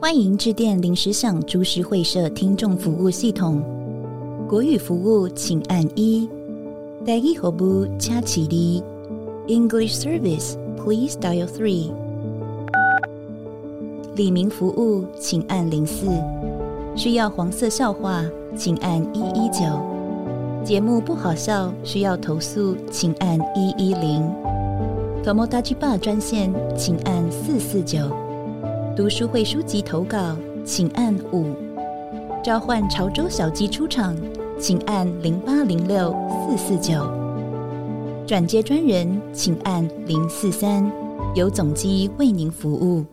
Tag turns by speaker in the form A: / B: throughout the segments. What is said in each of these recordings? A: 欢迎致电临时想株式会社听众服务系统，国语服务请按一，台语服务请起立，English service please dial three。李明服务请按零四，需要黄色笑话请按一一九，节目不好笑需要投诉请按一一零。Tomodachi Bar 专线，请按四四九。读书会书籍投稿，请按五。召唤潮州小鸡出场，请按零八零六四四九。转接专人，请按零四三，由总机为您服务。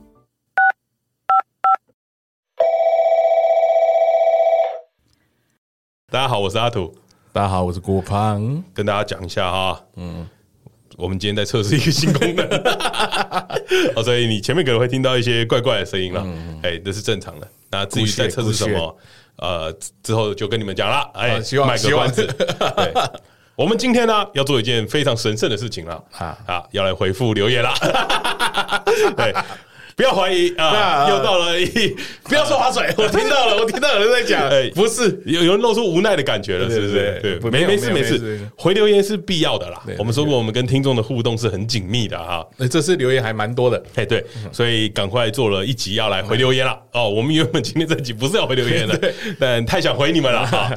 B: 大家好，我是阿土，
C: 大家好，我是郭胖。
B: 跟大家讲一下哈，嗯，我们今天在测试一个新功能， 哦，所以你前面可能会听到一些怪怪的声音了，
C: 嗯
B: 哎，这是正常的。那至于在测试什么，呃，之后就跟你们讲了，哎，
C: 好啊希望
B: 卖个
C: 希望
B: 关子。对，我们今天呢要做一件非常神圣的事情了，
C: 啊
B: 啊，要来回复留言了， 对。不要怀疑啊！
C: 那啊
B: 又到了一，
C: 不要说划水，我听到了，我听到有人在 讲
B: 哎
C: 不是，
B: 有有人露出无奈的感觉了，
C: 对
B: 是不是？
C: 对对
B: 对，
C: 不
B: 没
C: 没有
B: 没事
C: 没
B: 没
C: 有没
B: 事
C: 事，
B: 回留言是必要的啦
C: 对。
B: 我们说过，我们跟听众的互动是很紧密的啊。
C: 哎这次留言还蛮多的。
B: 哎，对，
C: 嗯
B: 所以赶快做了一集要来回留言了哦。我们原本今天这集不是要回留言的， 但太想回你们了哈。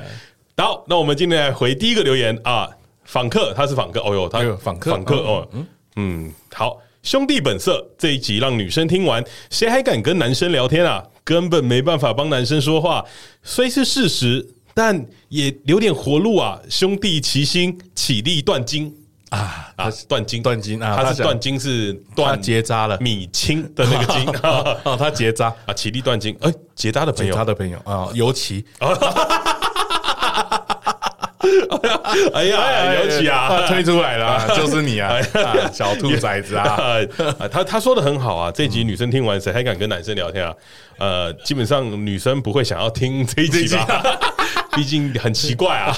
B: 好，那我们今天来回第一个留言啊，访客，他是访客，哦哟，他
C: 哎呦访客
B: 访客哦，嗯，好，兄弟本色这一集让女生听完，谁还敢跟男生聊天啊？根本没办法帮男生说话，虽是事实，但也留点活路啊！兄弟齐心，起立断金啊啊！断金
C: 断筋啊
B: 他
C: 他
B: 是
C: 想
B: 断金是
C: 他
B: 断
C: 结扎了，
B: 米青的那个 金啊，
C: 哦，他结扎，
B: 起立断金，哎，捷达的朋
C: 结
B: 友
C: 扎，的朋友啊，尤其
B: 哎呀，尤其啊，
C: 推出来了啊，就是你啊
B: 哎，
C: 啊小兔崽 子啊，嗯
B: 啊，他他说的很好啊，这一集女生听完谁还敢跟男生聊天啊？呃，基本上女生不会想要听这一集
C: 啊
B: 吧， 毕竟很奇怪 啊。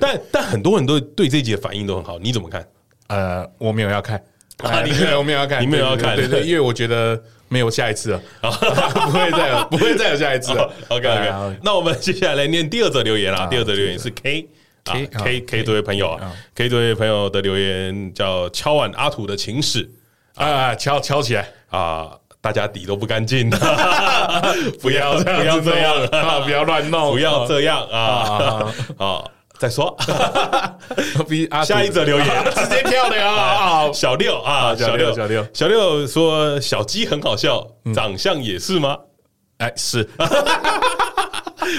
B: 但但很多人都对这一集的反应都很好，你怎么看？
C: 呃，我没有要看。
B: 啊
C: 哎
B: 你没有
C: 我没有要看，
B: 你没有要看哦
C: 对对，对因为我觉得没有下一次了， 不会再有，不会再 有下一次了。
B: OK
C: 哎呀
B: OK，那我们接下来念第二则留言啦。
C: 啊
B: 第二则留言是 K 啊
C: K，啊
B: K K 这位朋友啊
C: 啊
B: ，K 这位朋友的留言叫敲碗阿土的情史。
C: 啊，敲敲起来，
B: 啊，大家底都不干 净， 不
C: 哎不
B: 要
C: 要
B: 不要这样，哦
C: 啊，不要乱 弄，
B: 不要这样啊
C: 啊
B: 啊！再说，
C: 逼阿
B: 下一则留言
C: 啊 直接跳的啊！
B: 小六啊，
C: 啊小六小六嗯
B: 小六说小鸡很好笑，长相也是吗？
C: 哎，是，
B: 哎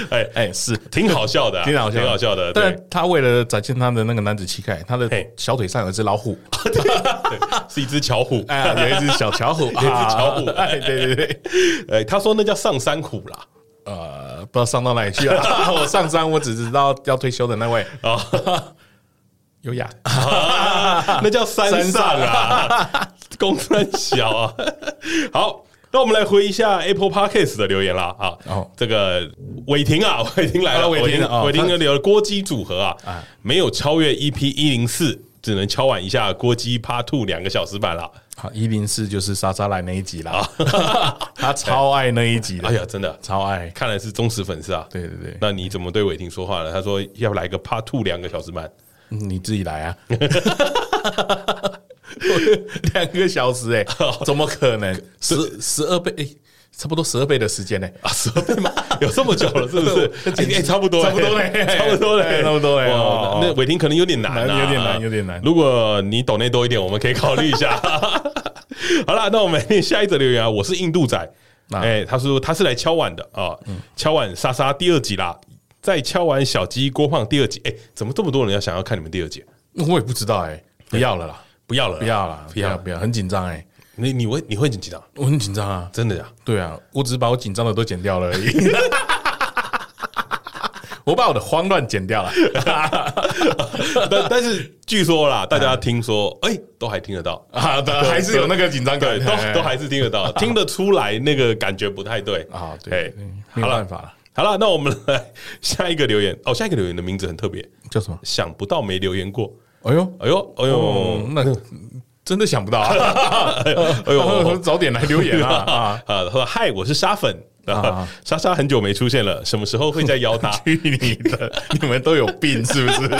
B: 哎，
C: 哎，是。
B: 挺好笑的啊，
C: 挺好笑，
B: 挺好笑的，对
C: 但。他为了展现他的那个男子气概，他的
B: 嘿
C: 小腿上有一只老 虎，
B: 是一只巧虎，
C: 哎，有一只小巧 虎，有一
B: 一只巧虎
C: 哎， 对对对，
B: 哎，他说那叫上山虎啦，
C: 呃，不知道上到哪里去了。 我上山，我只知道要退休的那位哦
B: 啊，
C: 优雅，
B: 那叫山
C: 啊
B: 上
C: 山上
B: 啊， 公山小啊。 好，那我们来回一下 Apple Podcast 的留言啦啊。
C: 哦
B: 这个伟霆啊， 伟霆来了，
C: 啊伟霆哦
B: 伟霆
C: 他
B: 的留了锅鸡组合啊，没有超越 EP 一零四，只能敲碗一下锅鸡 Part Two 两个小时版了。
C: 好，一零四就是莎莎来那一集啦，他超爱那一集的，
B: 啊 哎呀，真的，
C: 超爱，
B: 看来是忠实粉丝啊。
C: 对对对，
B: 那你怎么对伟霆说话呢？他说要来个 Part Two 两个小时版。
C: 嗯你自己来啊。 两个小时 哎、怎么可能？十十二倍哎、差不多十二倍的时间呢、？
B: 啊，十二倍吗？ 有这么久了，是不是
C: 这
B: 哎、哎差不多、
C: 差不多嘞
B: 差不多嘞，
C: 哎差不多嘞
B: 哇
C: 哦
B: 那伟霆可能有点难、啊，
C: 难有点难有点难
B: 如果你懂内多一点，我们可以考虑一下。 好啦，那我们下一则留言啊，我是印度仔，哎、
C: 啊嗯
B: 他说他是来敲碗的啊，敲碗莎莎第二集啦，再敲完小鸡郭胖第二集，哎、怎么这么多人要想要看你们第二集？啊
C: 我也不知道哎、不要了啦，
B: 不要了，
C: 不要啦，
B: 不
C: 不
B: 要
C: 要
B: 了
C: 不要，很紧张哎，
B: 你你会你会很紧张，
C: 我很紧张啊，
B: 真 的呀、
C: 对啊，我只是把我紧张的都剪掉了而已， 我把我的慌乱剪 掉了，
B: 但但是据说啦，大家听说，哎、都还听得到。
C: 啊，对还是有那个紧张
B: 对，
C: 感，
B: 都都还是听得 到，听得出来那个感觉不太对
C: 啊，对，对
B: 哎好
C: 没有
B: 了
C: 办，法了，
B: 好了，那我们来下一个留言哦，下一个留言的名字很特别，
C: 叫什么？
B: 想不到没留言过，
C: 哎呦，
B: 哎呦，哎
C: 哦
B: 呦，，
C: 那真的想不到啊，
B: 哎呦，哎
C: 哎呦，
B: 呦。
C: 早点来留言啊，啊
B: 啊，他说：“嗨，我是沙粉，啊， 莎莎很久没出现了，什么时候会再邀 她？
C: 去你的！你们都有病是不是？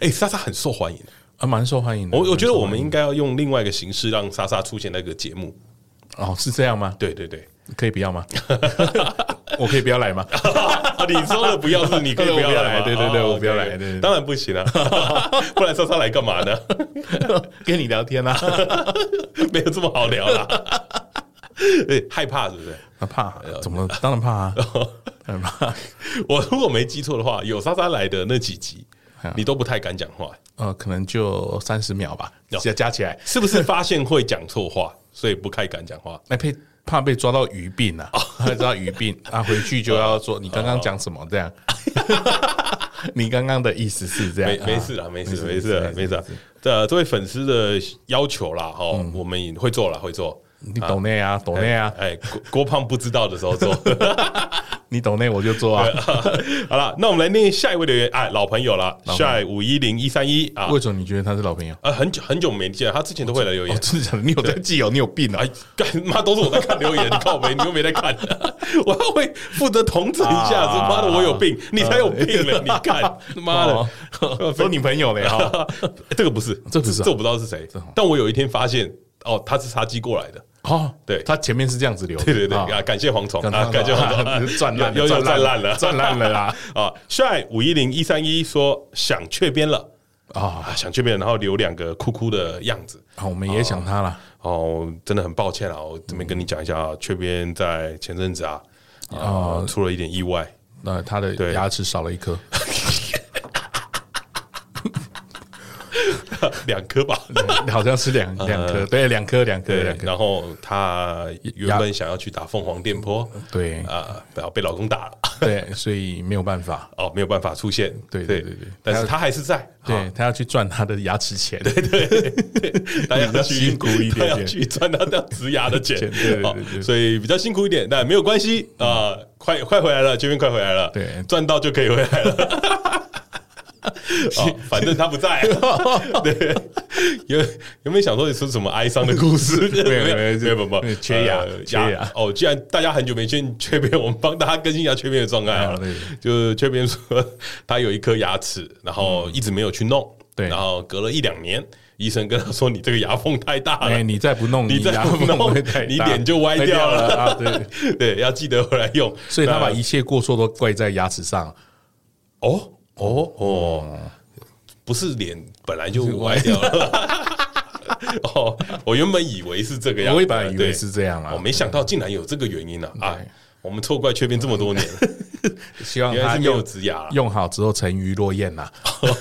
B: 哎、莎莎很受欢迎，
C: 啊，蛮受欢迎的。
B: 我我觉得我们
C: 蛮
B: 应该要用另外一个形式让莎莎出现在这个节目。
C: 受欢迎哦是这样吗？
B: 对对 对，
C: 可以不要吗？我可以不要来吗？
B: 你说的不要是你可以不要来吗，
C: 我 不要来对对对
B: 哦
C: 我不要来
B: OK，
C: 对对对
B: 当然不行啊， 不然莎莎来干嘛呢？
C: 跟你聊天啦、啊，
B: 没有这么好聊啦。哎害怕是不 是？
C: 怕怎么了？当然怕啊， 当然怕。
B: 我如果没记错的话，有莎莎来的那几集，你都不太敢讲话，
C: 呃，可能就三十秒吧，
B: 有
C: 加加起来，
B: 是不是？发现会讲错话， 所以不太敢讲话。
C: 那哎被怕被抓到鱼病啊，怕被抓到鱼 病啊，回去就要说你刚刚讲什么这 样，你刚刚的意思是这
B: 没
C: 样，
B: 没事啦，没事啊没事啊
C: 没
B: 没
C: 事
B: 事。嗯这这位粉丝的要求啦，哈，我们也会做了，会做。
C: 你懂内啊，懂内啊，
B: 哎，郭郭胖不知道的时候做。
C: 你懂内我就做啊。
B: 好了，那我们来念下一位留言，哎，老朋友了，下五一零一三一啊，
C: 为什么你觉得他是老朋友？
B: 呃，很久很久没见，他之前都会来留
C: 哦，
B: 言。
C: 真的假的？你有在记哦？你有病啊
B: 哎？，干妈都是我在看留言， 你靠没？你又没在看， 我要会负责统整一下，
C: 啊
B: 是妈的我有病，你才有病嘞！你 看，妈的，
C: 哦说你朋友嘞哈，
B: 这个不是，
C: 这不是啊
B: 这我不知道是谁，但我有一天发现，哦，他是杀鸡过来的。
C: 哦，
B: 对
C: 他前面是这样子留的，
B: 对对对
C: 啊
B: 啊！感谢蝗虫
C: 刚刚
B: 啊，感谢蝗
C: 啊
B: 虫，
C: 赚烂了
B: 又又
C: 赚烂
B: 赚
C: 了
B: 烂了，
C: 赚烂了 啦！
B: 啊！帅五一零一三一说想雀边了
C: 啊，
B: 啊，想雀边，然后留两个哭哭的样子。
C: 啊我们也想他了。
B: 哦，真的很抱歉啊，我这边跟你讲一下啊，雀边在前阵子啊，
C: 哦
B: 啊，出了一点意外。
C: 那他的
B: 对
C: 牙齿少了一颗，
B: 两颗吧，
C: 好像是两两颗， 对，两颗两颗两
B: 呃
C: 颗，
B: 然后她原本想要去打凤凰电波，
C: 对
B: 啊，然后被老公打了，
C: 对，所以没有办法，
B: 哦，没有办法出现，
C: 对对对对
B: 但是她还是在，啊
C: 对他要去赚他的牙齿钱，对
B: 大家
C: 比较辛苦一点点
B: 要去赚他的植牙的钱，
C: 钱对对对
B: 好
C: 对
B: 所以比较辛苦一点，但没有关系啊、快快回来了，这边快回来了，
C: 对
B: 赚到就可以回来了。 哦、反正他不在、啊 对，有有没有想说你说什么哀伤的故事？
C: 没有没有
B: 没有没有，
C: 缺牙
B: 呃
C: 缺牙
B: 哦，既然大家很久没见缺边，我们帮大家更新一下缺边的状态啊
C: 啊对。
B: 就是缺边说他有一颗牙齿，然后一直没有去弄，
C: 嗯对
B: 然后隔了一两年，医生跟他说你这个牙缝太大了
C: 哎，，你再不弄，
B: 你再
C: 牙
B: 不弄
C: 会太大
B: 你脸就歪掉了
C: 啊，对，
B: 对，要记得回来用。
C: 所以他把
B: 那
C: 一切过错都怪在牙齿上，
B: 哦哦哦，不是脸本来就歪掉了。 哦，我原本以为是这个样子，
C: 我也本来以
B: 对
C: 为是这样啊
B: 我，没想到竟然有这个原因呢啊！我们错怪缺边这么多 年，
C: 希望
B: 原来
C: 他
B: 是没有
C: 用
B: 植牙啦。
C: 用好之后沉鱼落雁啊呐，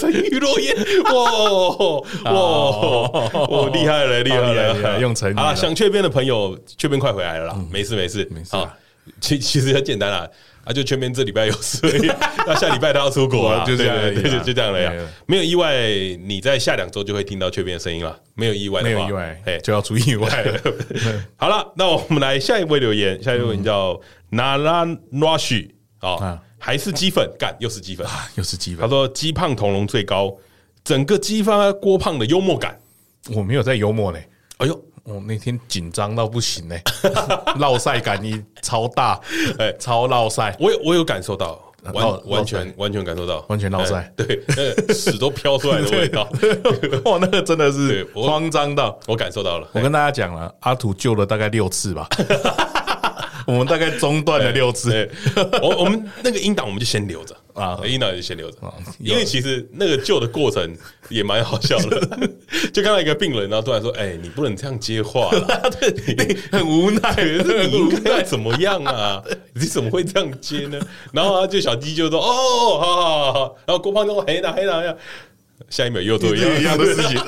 B: 沉 鱼落雁，哇哇哇，厉害哦了，厉害
C: 好厉害
B: 了，
C: 厉害用成语
B: 啊！
C: 了
B: 想雀边的朋友，雀边快回来了啦，没事没事
C: 没事啊。
B: 其其实很简单啦，啊，就雀边这礼拜有事而 已，那下礼拜他要出国了，
C: 我就这样
B: 对对对
C: 而已啦
B: 就就这样了呀
C: 没了。
B: 没有意外，你在下两周就会听到雀边的声音了。没有意外的
C: 没
B: 话，
C: 有意外
B: 哎，，
C: 就要出意外了，
B: 好了，那我们来下一位留言，下一位留言叫 Nara Rashi 嗯啊
C: 啊，
B: 还是鸡粉，干又是鸡粉。
C: 又是鸡
B: 他
C: 粉，
B: 说鸡胖同笼最高，整个激发郭胖的幽默感。
C: 我没有在幽默呢。
B: 哎呦，
C: 我那天紧张到 不行呢、绕赛感一超大，
B: 哎
C: 超绕赛，
B: 我有我有感受到，
C: 落
B: 完完全完全感受到，
C: 完全落塞
B: 哎对，那个屎都飘出来的味 道，
C: 哇，那个真的是
B: 对我
C: 慌张到，
B: 我感受到了。
C: 我跟大家讲了，阿土救了大概六 次吧，我们大概中断了六次，
B: 哎对，我我们那个音档我们就先留着啊
C: 啊，
B: 音档就先留着
C: 啊，
B: 因为其实那个救的过程也蛮好笑的， 就看到一个病人，然后突然说：“哎，你不能这样接话啦，
C: 很
B: 哎
C: 无奈，
B: 可是
C: 很
B: 你
C: 无
B: 应该
C: 奈
B: 要。怎么样 啊？你怎么会这样接呢？然后他啊就小鸡就说：“哦，好好好好。”然后郭胖就说：“嘿啦嘿啦嘿啦。”下一秒又做一样
C: 一样的事 情，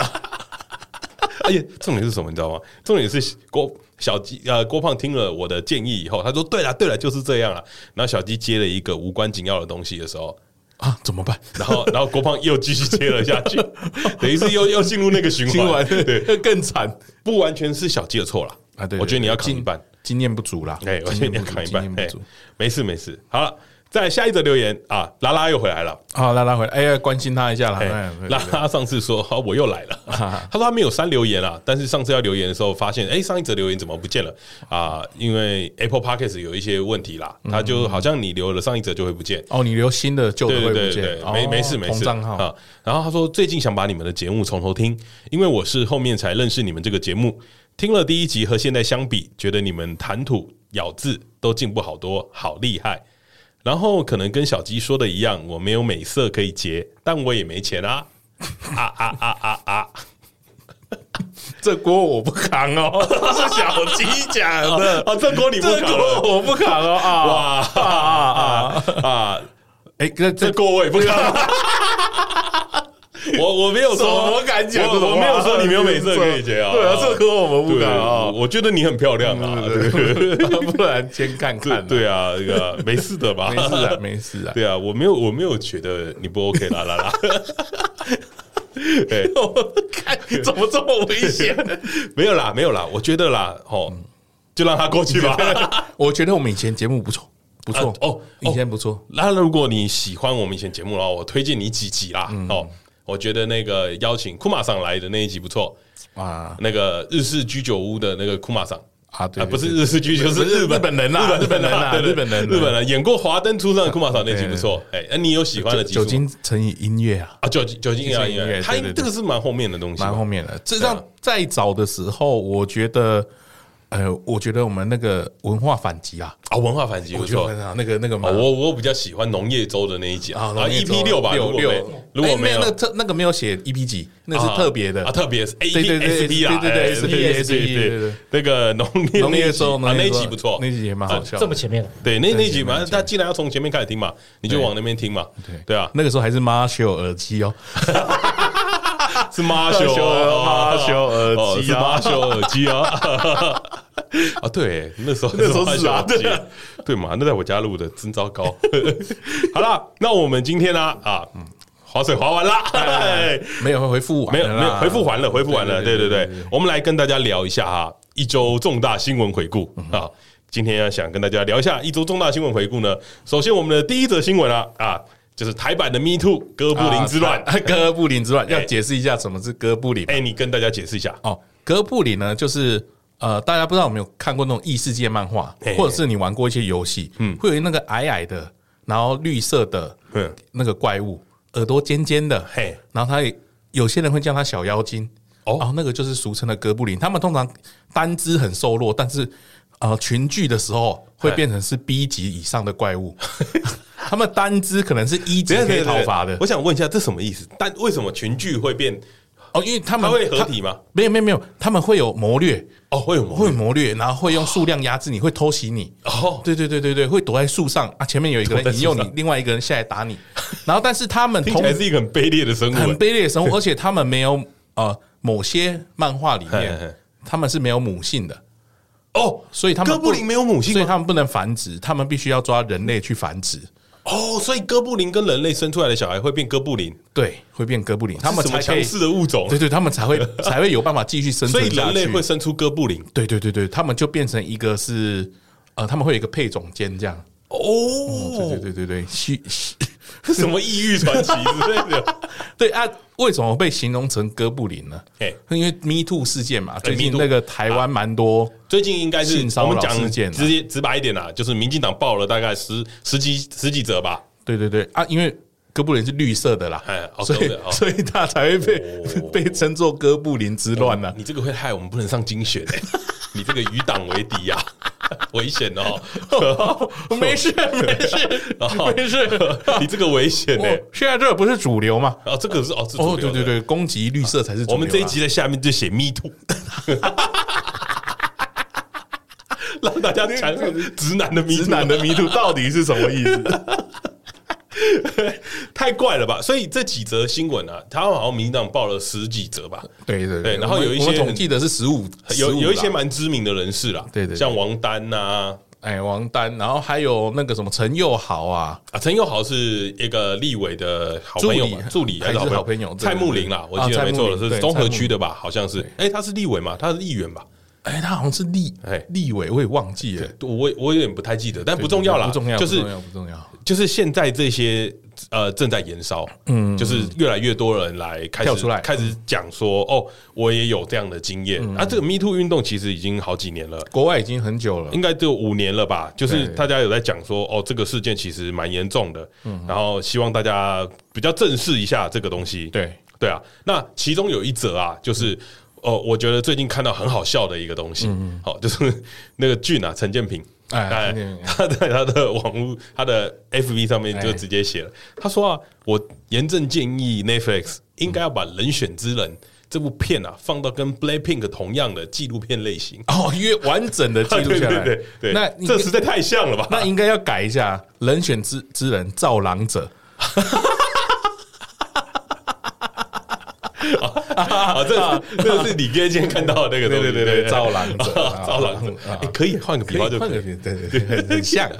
B: 而且哎重点是什么，你知道吗？重点是郭小鸡呃郭胖听了我的建议以后，他说：“对了对了，就是这样了。”然后小鸡接了一个无关紧要的东西的时候，
C: 啊，怎么办？
B: 然后然后郭胖又继续接了下 去，等于是又又进入那个 循
C: 今
B: 环
C: 晚。
B: 对，
C: 更惨
B: 不完全是小鸡的错啦。
C: 啊！对，
B: 我觉得你要
C: 扛
B: 扛一半。
C: 经验不足啦，
B: 哎、我
C: 经
B: 觉得
C: 验
B: 你要
C: 不足
B: 扛一
C: 经
B: 半
C: 验，
B: 哎、
C: 不足。
B: 没事没事，好了。再下一则留言啊，拉拉又回来了。
C: 好，拉拉回来，哎呀，关心他一下啦。
B: 哎
C: 哎，
B: 拉拉上次说啊我又来了，他说他没有删留言啊，但是上次要留言的时候发现，哎，上一则留言怎么不见了啊？因为 Apple Podcast 有一些问题啦，他就好像你留了上一则就会不见。
C: 哦，你留新的旧的
B: 对
C: 会
B: 对对
C: 不见
B: 对，，没没事
C: 哦
B: 没事
C: 同账号
B: 啊。然后他说最近想把你们的节目从头听，因为我是后面才认识你们这个节目，听了第一集和现在相比，觉得你们谈吐、咬字都进步好多，好厉害。然后可能跟小鸡说的一样，我没有美色可以结，但我也没钱啊啊啊啊啊啊！
C: 这锅我不 扛哦，是小鸡讲的，
B: 啊，这锅你不
C: 这
B: 扛了
C: 锅我不扛哦啊！
B: 哇啊啊啊 啊！
C: 哎，这
B: 这
C: 这
B: 锅我也不扛。啊 我我没有说，
C: 我敢讲这种
B: 我
C: 话
B: 我没有说你没有美色可以结啊。
C: 对啊，这锅我们不
B: 对
C: 扛
B: 啊，
C: 哦，
B: 我觉得你很漂亮啊。
C: 嗯 对 对对不然先看
B: 对
C: 看，，
B: 对啊，这个没事的吧？
C: 没事 啊，没事啊。
B: 对啊，我没有，我没有觉得你不 OK 啦啦啦。 对，
C: 看怎么这么危险？ 嗯
B: 没有啦，没有啦，我觉得啦，哦，就让他过去 吧。
C: 我觉得我们以前节目不错，不错
B: 啊哦
C: 以前不错。
B: 那如果你喜欢我们以前节目的话，我推荐你几集啦。
C: 嗯
B: 哦，我觉得那个邀请库马上来的那一集不错，
C: 啊
B: 那个日式居酒屋的那个库马上。
C: 啊，对，
B: 啊，不是
C: 对
B: 日式居酒屋，是日本
C: 日本人啊
B: 日本人啊，对对
C: 日本人啊
B: 日本人演过《华灯初上》的库马桑那集不错，哎，那你有喜欢的
C: 对
B: 集数
C: 酒
B: 吗
C: 精乘以音乐啊，
B: 啊，酒精酒精音
C: 酒
B: 乐
C: 精
B: 音
C: 音乐
B: 乐，它
C: 对对对
B: 这个是蛮后面的东西吧，
C: 蛮后面的。这
B: 对啊
C: 让再早的时候，我觉得，呃，我觉得我们那个文化反击啊，
B: 啊，文化反击不
C: 我觉得
B: 错。
C: 很好那个那个
B: 啊
C: 蛮
B: 我我比较喜欢农业州的那一集
C: 啊
B: 啊，EP 六吧，如
C: 六
B: 果没
C: 六，
B: 如果
C: 哎
B: 没有
C: 那个特那个没有写 EP 几，那
B: 啊
C: 是特别的
B: 啊，特别是 A
C: 对
B: P
C: 对对
B: S P 啊，
C: 对对对
B: 哎
C: SP
B: 对
C: SP
B: 对
C: 对
B: 对
C: 对，
B: 那个农业
C: 农业州
B: 那一集啊，那
C: 农业
B: 一
C: 州
B: 集不错，啊
C: 那集也蛮好笑的。
D: 这么前面了，
B: 对，那那一集
C: 集
B: 嘛，
C: 蛮
B: 他既然要从前面开始听嘛，你就
C: 对
B: 往那边听嘛，
C: 对
B: 对啊，
C: 那个时候还是 Marshall 耳机哦，
B: 是马修，
C: 马修耳机啊
B: 哦是马修耳机啊！ 啊，对，那时候
C: 那时候
B: 马
C: 是
B: 修
C: 啊
B: 耳机，对嘛？那在我家录的，真糟 糕。好啦，那我们今天呢啊，划水划完啦，哎
C: 没有回复完
B: 没有
C: 了啦，
B: 没有回复完了，回复完了，对
C: 对
B: 对
C: 对
B: 对
C: 对，
B: 我们来跟大家聊一下哈，一周重大新闻回顾啊。今天要想跟大家聊一下一周重大新闻回顾呢。首先，我们的第一则新闻啊啊，就是台版的 Me Too 哥布林之乱。
C: 啊哥布林之乱要
B: 哎
C: 解释一下什么是哥布林。
B: 哎，你跟大家解释一下。
C: 哦，哥布林呢，就是呃，大家不知道有没有看过那种异世界漫画
B: 嘿嘿，
C: 或者是你玩过一些游戏，嗯，会有那个矮矮的，然后绿色的
B: 嗯，
C: 那个怪物，耳朵尖尖的，
B: 嘿，
C: 然后它也有些人会叫它小妖精，
B: 哦
C: 哦，那个就是俗称的哥布林。他们通常单只很瘦弱，但是呃群聚的时候会
B: 嘿
C: 变成是 B 级以上的怪 物。他们单只可能是一级
B: 等一下
C: 可以
B: 等一
C: 讨
B: 下
C: 伐的
B: 我想问一下，这什么意思？但为什么群聚会变？
C: 哦，因为他
B: 它
C: 们
B: 会合体吗？
C: 没有没有没有，他们会有谋略，
B: 哦，会有吗？
C: 会谋略，然后会用数量压制你，会偷袭你。
B: 哦，
C: 对对对对对，会躲在树上啊，前面有一个
B: 躲
C: 人
B: 在
C: 引
B: 树
C: 诱
B: 上
C: 你，另外一个人下来打你。然后，但是他们
B: 听起
C: 同
B: 来是一个很卑劣的生物。
C: 很卑劣的生物，而且他们没有呃某些漫画里
B: 嘿嘿嘿
C: 面他们是没有母性的，
B: 哦，
C: 所以他们
B: 哥布林没有母性吗
C: 所以他们不能繁殖，他们必须要抓人类去繁殖。
B: 哦，所以哥布林跟人类生出来的小孩会变哥布林，
C: 对，会变哥布林，他们
B: 是什么
C: 才可
B: 强
C: 以，
B: 势的物种
C: 对？对，他们才 会才会有办法继续生
B: 所以
C: 存下
B: 人类
C: 去。
B: 会生出哥布林
C: 对对对对，他们就变成一个是呃，他们会有一个配种间这样。对对
B: 哦，
C: 对对对，西西
B: 什么异域传奇之类 的？
C: 对啊，为什么被形容成哥布林呢？
B: 哎，
C: 因为 Me Too 事件嘛，最近
B: Me Too
C: 那个台湾蛮多，
B: 最近应该是
C: 性
B: 我
C: 骚扰
B: 们讲
C: 事件啊
B: 直接直白一点啦，就是民进党爆了大概十十几十几则吧。
C: 对对对啊，因为哥布林是绿色的啦
B: 哎哦，
C: 所
B: 哥
C: 以
B: 布林哦
C: 所以他才会被
B: 哦
C: 被称作哥布林之乱啊呢。
B: 你这个会害我们不能上精选、 欸，你这个与党为敌呀、 危险哦！
C: 没事没事
B: 哦
C: 没事，
B: 你这个危险呢、
C: 我现在这不是主流嘛？
B: 哦，这个是哦，是主流
C: 哦，
B: 的
C: 对对，对，攻击绿色才是主流啊。
B: 我们这一集的下面就写 “me too”，让大家讲这个直男的 “me
C: 直
B: too”
C: 男的迷途到底是什么意思？
B: 太怪了吧？所以这几则新闻啊，他好像民进党报了十几则吧，
C: 对对
B: 对然后有一些
C: 我们统计的是十五，
B: 有
C: 15
B: 有一些
C: 啦
B: 蛮知名的人士啦，
C: 对对对
B: 像王丹呐、啊。
C: 哎王丹，然后还有那个什么陈佑豪啊，
B: 陈友豪是一个立委的好朋友嘛，助
C: 助
B: 理
C: 理
B: 还是
C: 还是
B: 好
C: 好朋友对
B: 蔡慕林啦，
C: 对
B: 我记得
C: 啊
B: 没错了，
C: 蔡慕
B: 是
C: 林对
B: 综合区的吧？好像是，哎，他是立委嘛，他是议员吧？
C: 哎，他好像是立
B: 哎
C: 立委，我也忘记了，
B: 我我有点不太记得，但不重要啦，
C: 不重要，
B: 就
C: 不
B: 是
C: 重要不重要。
B: 就是现在这些呃正在延烧，嗯，就是越来越多人来开始
C: 跳出来嗯
B: 开始讲说，哦，我也有这样的经验。啊，这个 Me Too 运动其实已经好几年了。
C: 国外已经很久了
B: 应，该就五年了吧，就是
C: 对
B: 大家有在讲说，哦，这个事件其实蛮严重的，
C: 嗯
B: 然后希望大家比较正视一下这个东西。
C: 对，
B: 对啊，那其中有一则啊，就是呃，我觉得最近看到很好笑的一个东西，好、就是那个俊啊，陈建平，
C: 嗯哎陈建平
B: 他在他的网络、他的 FB 上面就
C: 哎
B: 直接写了，他说啊，我严正建议 Netflix 应该要把《人选之人》这部片啊放到跟 Blackpink 同样的纪录片类型，
C: 哦，约完整 的记录下 来，
B: 对对对，
C: 那
B: 这实在太像了吧？
C: 那应该要改一下“人选之之人，造狼者
B: 啊，这 是这是你今天看到的那个东西，
C: 对对对对造狼 者
B: 啊造狼者
C: 啊，
B: 哎可以换个”，比
C: 可以
B: 方
C: 换
B: 就可
C: 个
B: 以。
C: 名对对对， 很像，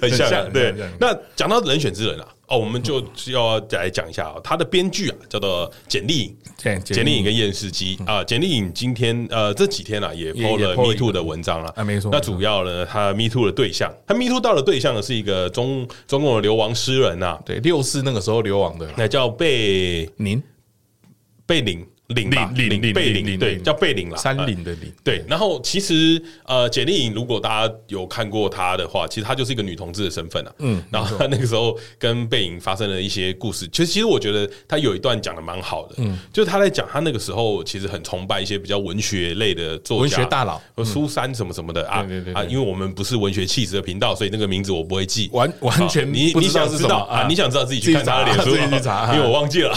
B: 很像啊，
C: 很像
B: 对
C: 很像。
B: 那讲到人选之人啊，哦，我们就要来讲一下啊，他的编剧啊叫做简丽颖，
C: 对简
B: 简
C: 丽
B: 丽
C: 颖嗯
B: 颖跟验视机啊，简丽颖今天呃这几天啊也
C: 也
B: PO
C: 也
B: 了
C: po
B: Me
C: 一
B: Too
C: 个
B: 的文章了
C: 啊没错
B: 那
C: 没错
B: 主要呢，他 Me Too 的对象，他 Me Too 到的对象呢是一个中中共的流亡诗人呐，
C: 对六四那个时候流亡的
B: 那叫贝
C: 您
B: 贝林林吧
C: 林林林
B: 贝
C: 林
B: 林
C: 林
B: 对
C: 林
B: 叫贝林啦，
C: 山
B: 呃
C: 林的林，
B: 对，然后其实呃，简丽颖，如果大家有看过她的话，其实她就是一个女同志的身份啊。嗯，然后她那个时候跟贝影发生了一些故事，其实其实我觉得她有一段讲的蛮好的，嗯，就是她在讲她那个时候其实很崇拜一些比较文学类的作家、呃
C: 文学大佬，嗯
B: 苏珊什么什么的啊，
C: 对对对
B: 啊，
C: 对
B: 因为我们不是文学气质的频道，所以那个名字我不会记，
C: 完完全
B: 好你
C: 不
B: 你
C: 知道
B: 想
C: 是
B: 知
C: 什么
B: 道啊？你想知道自己去看他的脸书，
C: 自己去查，啊
B: 因为我忘记了。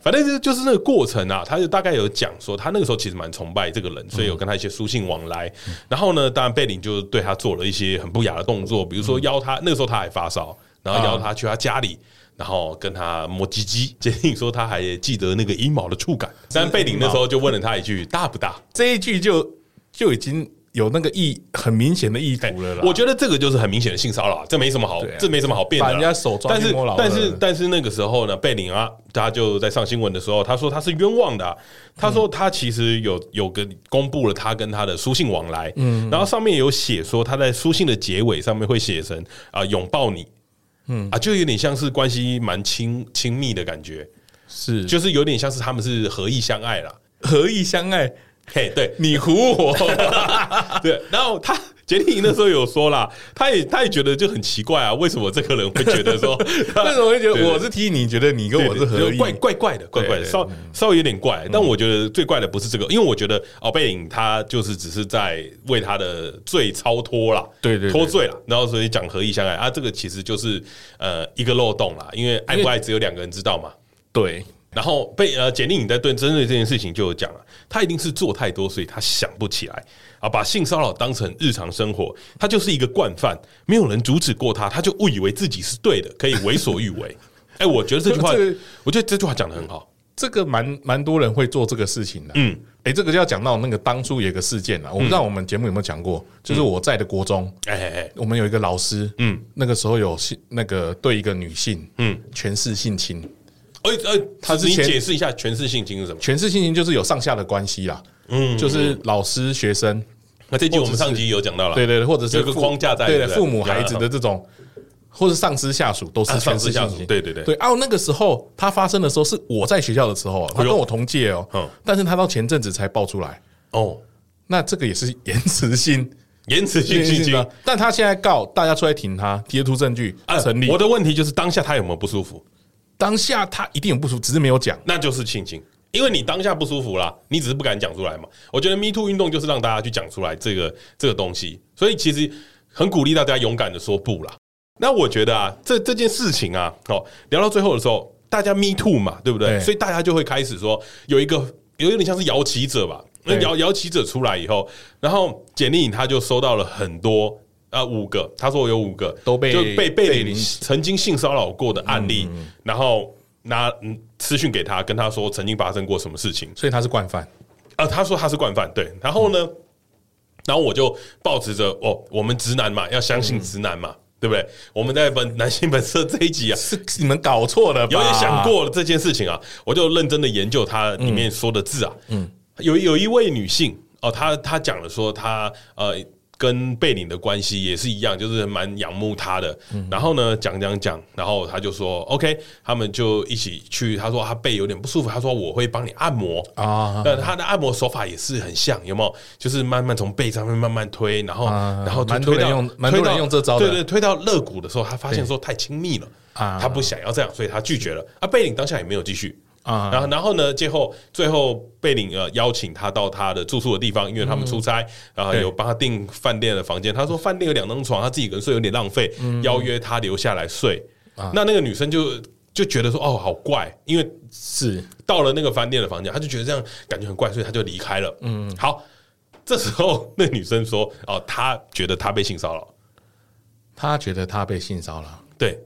B: 反正就就是那个过程啊，他就大概有讲说，他那个时候其实蛮崇拜这个人，所以有跟他一些书信往来。然后呢，当然贝林就对他做了一些很不雅的动作，比如说邀他，那个时候他还发烧，然后邀他去他家里。然后跟他摸鸡鸡， 杰定说他还记得那个阴毛的触感，但贝林那时候就问了他一句：“大不大？”
C: 这一句就就已经有那个意很明显的意图了啦。
B: 我觉得这个就是很明显的性骚扰啊，这没什么好，
C: 对啊
B: 这没什么好辩的啦。
C: 把人家手抓
B: 但是
C: 去摸老二
B: 但是但是那个时候呢，贝林啊，他就在上新闻的时候，他说他是冤枉的啊、他说他其实有有个公布了他跟他的书信往来，嗯，然后上面有写说他在书信的结尾上面会写成啊拥抱你，嗯啊，就有点像是关系蛮亲亲密的感觉，
C: 是就
B: 就是有点像是他们是合意相爱啦。
C: 合意相爱，
B: 嘿，对，
C: 你唬我，
B: 对，然后他杰丽那时候有说啦，他也他也觉得就很奇怪啊，为什么这个人会觉得 说
C: 为什么会
B: 对
C: 觉
B: 对
C: 得我是踢你，觉得你跟
B: 对
C: 我是
B: 就
C: 合意？
B: 怪怪怪的，怪怪的，
C: 对嗯
B: 稍稍微有点怪。但我觉得最怪的不是这个，因为我觉得哦，贝影他就是只是在为他的罪超脱啦，
C: 对对对
B: 脱罪啦，然后所以讲合意相爱啊，这个其实就是呃一个漏洞啦，因为爱不爱只有两个人知道嘛。
C: 对，
B: 然后被呃简历颖在对针对这件事情就有讲了，他一定是做太多，所以他想不起来啊，把性骚扰当成日常生活，他就是一个惯犯，没有人阻止过他，他就误以为自己是对的，可以为所欲 为。哎、我觉得这句话
C: 这个，
B: 我觉得这句话讲的很好。
C: 这个蛮蛮多人会做这个事情的。
B: 嗯，
C: 哎，这个就要讲到那个当初有一个事件了，我不知道我们节目有没有讲过，就是我在的国中，
B: 哎哎哎，
C: 我们有一个老师，
B: 嗯，
C: 那个时候有性那个对一个女性，
B: 嗯，
C: 权势性侵，
B: 哎、哎，
C: 他之
B: 你
C: 前
B: 解释一下全是性侵是什么？
C: 权势性侵就是有上下的关系啦，嗯，就是老师学生，
B: 那这集我
C: 或
B: 们
C: 者是
B: 上集有讲到了，
C: 对对对，或者是
B: 啊有一个
C: 父
B: 框架在
C: 对
B: 对
C: 的，
B: 不对
C: 父母孩子的这种，或是上司下属都
B: 啊
C: 是
B: 上
C: 权
B: 司
C: 势
B: 下
C: 性
B: 属
C: 侵，
B: 对对对
C: 对。哦，那个时候他发生的时候是我在学校的时候，他
B: 哎呦
C: 跟我同届哦
B: 嗯，
C: 但是他到前阵子才爆出来，
B: 哦，
C: 那这个也是延迟性
B: 延迟性性侵
C: 呢。但他现在告大家出来挺他，提出证据
B: 啊
C: 成立
B: 我，的问题就是当下他有没有不舒服？
C: 当下他一定有不舒服，只是没有讲。
B: 那就是性侵，因为你当下不舒服啦，你只是不敢讲出来嘛。我觉得 Me Too 运动就是让大家去讲出来这个这个东西，所以其实很鼓励大家勇敢的说不啦。那我觉得啊，这这件事情啊，哦，聊到最后的时候，大家 Me Too 嘛，对不对？
C: 对
B: 所以大家就会开始说有一个有有点像是摇旗者吧，那
C: 对
B: 摇摇旗者出来以后，然后简丽颖她就收到了很多。呃，五个，她说我有五个
C: 都被
B: 就被被
C: 被嗯
B: 你
C: 林
B: 曾经性骚扰过的案例，然后拿嗯私讯给他，跟他说曾经发生过什么事情。
C: 所以他是惯犯，
B: 啊，他说他是惯犯，对。然后呢，
C: 嗯
B: 然后我就抱持着哦，我们直男嘛，要相
C: 嗯
B: 信直男嘛，对不对？我们在本男性本色这一集啊，
C: 是你们搞错了吧？
B: 有点想过这件事情啊，我就认真的研究它里面说的字啊，嗯，有有一位女性。哦，他他讲了说他呃跟贝林的关系也是一样，就是蛮仰慕他的。
C: 嗯
B: 然后呢，讲讲讲，然后他就说 OK，他们就一起去。他说他背有点不舒服，他说我会帮你按摩
C: 啊
B: 那他的按摩手法也是很像，有没有？就是慢慢从背上面慢慢推，然后
C: 啊
B: 然后就
C: 蛮多
B: 推
C: 人
B: 到
C: 用蛮
B: 推
C: 多人
B: 到
C: 用这招的
B: 对对，推到肋骨的时候，他发现说太亲密了。
C: 啊
B: 他不想要这样，所以他拒绝了。啊，贝林当下也没有继续
C: 啊
B: 然后，然后呢，最后最后贝林呃邀请他到他的住宿的地方，因为他们出差，然后
C: 嗯对
B: 有帮他订饭店的房间。他说饭店有两张床，他自己一个人睡有点浪费，
C: 嗯
B: 邀约他留下来睡。
C: 啊
B: 那那个女生就就觉得说哦，好怪，因为
C: 是
B: 到了那个饭店的房间，他就觉得这样感觉很怪，所以他就离开了。嗯，好，这时候那女生说哦，她觉得她被性骚扰，
C: 他觉得他被性骚扰，
B: 对。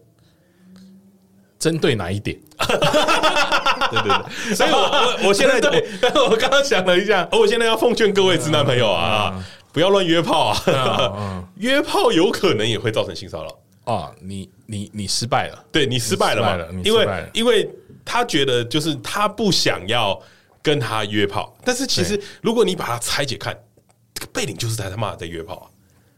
C: 针对哪一点？
B: 对对对， 所以我我我现 在对，
C: 我刚刚想了一下，
B: 而我现在要奉劝各位直男朋友
C: 嗯
B: 啊，不要乱约炮啊， 约炮有可能也会造成性骚扰。
C: 哦，你你你失败了，
B: 对你失败了
C: 你失败
B: 嘛
C: 了？你
B: 因
C: 失
B: 为
C: 败了
B: 因为他觉得就是他不想要跟他约炮，但是其实如果你把它拆解看，这个背领就是在他妈的在约炮啊，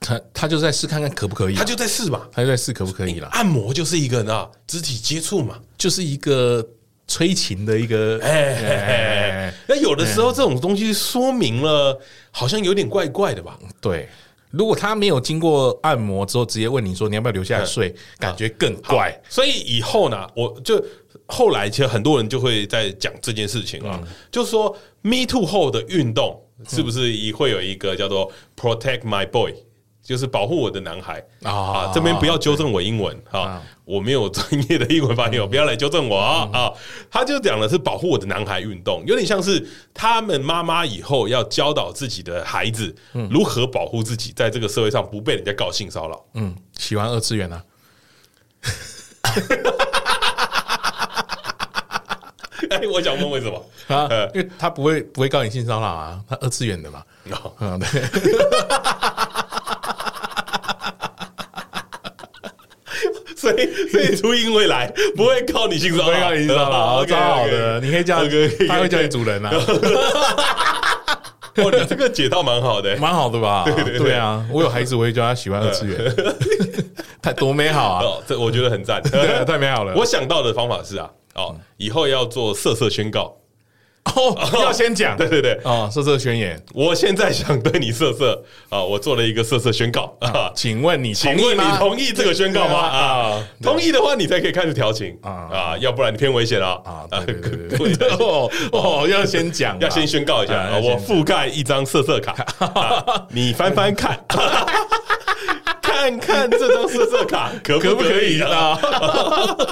C: 他他就在试看看可不可以啊，
B: 他就在试嘛。
C: 他就在试可不可以啦，
B: 按摩就是一个呢肢体接触嘛，
C: 就是一个催情的一个，
B: 哎嘿嘿嘿，那有的时候这种东西说明了，好像有点怪怪的吧？
C: 对。如果他没有经过按摩之后，直接问你说你要不要留下来睡，感觉更怪。
B: 所以以后呢，我就后来其实很多人就会在讲这件事情啊，就是说 Me Too 后的运动是不是一会有一个叫做 Protect My Boy？就是保护我的男孩
C: 啊
B: 啊！这边不要纠正我英文啊，我没有专业的英文发音，不要来纠正我啊！啊，他就讲的是保护我的男孩运动，有点像是他们妈妈以后要教导自己的孩子如何保护自己，在这个社会上不被人家告性骚扰。
C: 嗯，喜欢二次元啊，
B: 哎，我想问为什么？
C: 啊
B: 呃，
C: 因为他不会不会告你性骚扰啊，他二次元的嘛。
B: 哦
C: 嗯，对，
B: 所以所以初音会来，不会告你性骚扰，
C: 不会告你性骚扰，
B: OK，OK
C: 超好的，你可以叫
B: OK，OK，OK
C: 他会叫你主人 啊，
B: 哦，你这个解到蛮好的、
C: 蛮好的吧？对啊，我有孩子，我会叫他喜欢二次 元，太多美好 啊！
B: 哦，这我觉得很赞，
C: 对太美好了嗯
B: 我想到的方法是啊，哦，以后要做色色宣告，
C: 哦，要先 讲
B: 对对对，
C: 哦，色色宣言，
B: 我现在想对你色色啊，我做了一个色色宣告啊。
C: 请问你
B: 请问你
C: 吗
B: 同意这个宣告吗？啊，同意的话，你才可以开始调情
C: 啊
B: 啊，要不然你偏危险啊
C: 啊，对对对
B: 各位
C: 对对， 哦哦，要先讲啊，
B: 要先宣告一下，
C: 啊
B: 啊
C: 要先
B: 我覆盖一张色色卡，啊你翻翻看，看看这张色色卡可
C: 可
B: 不
C: 不可
B: 可以
C: 以
B: 啊？
C: 啊？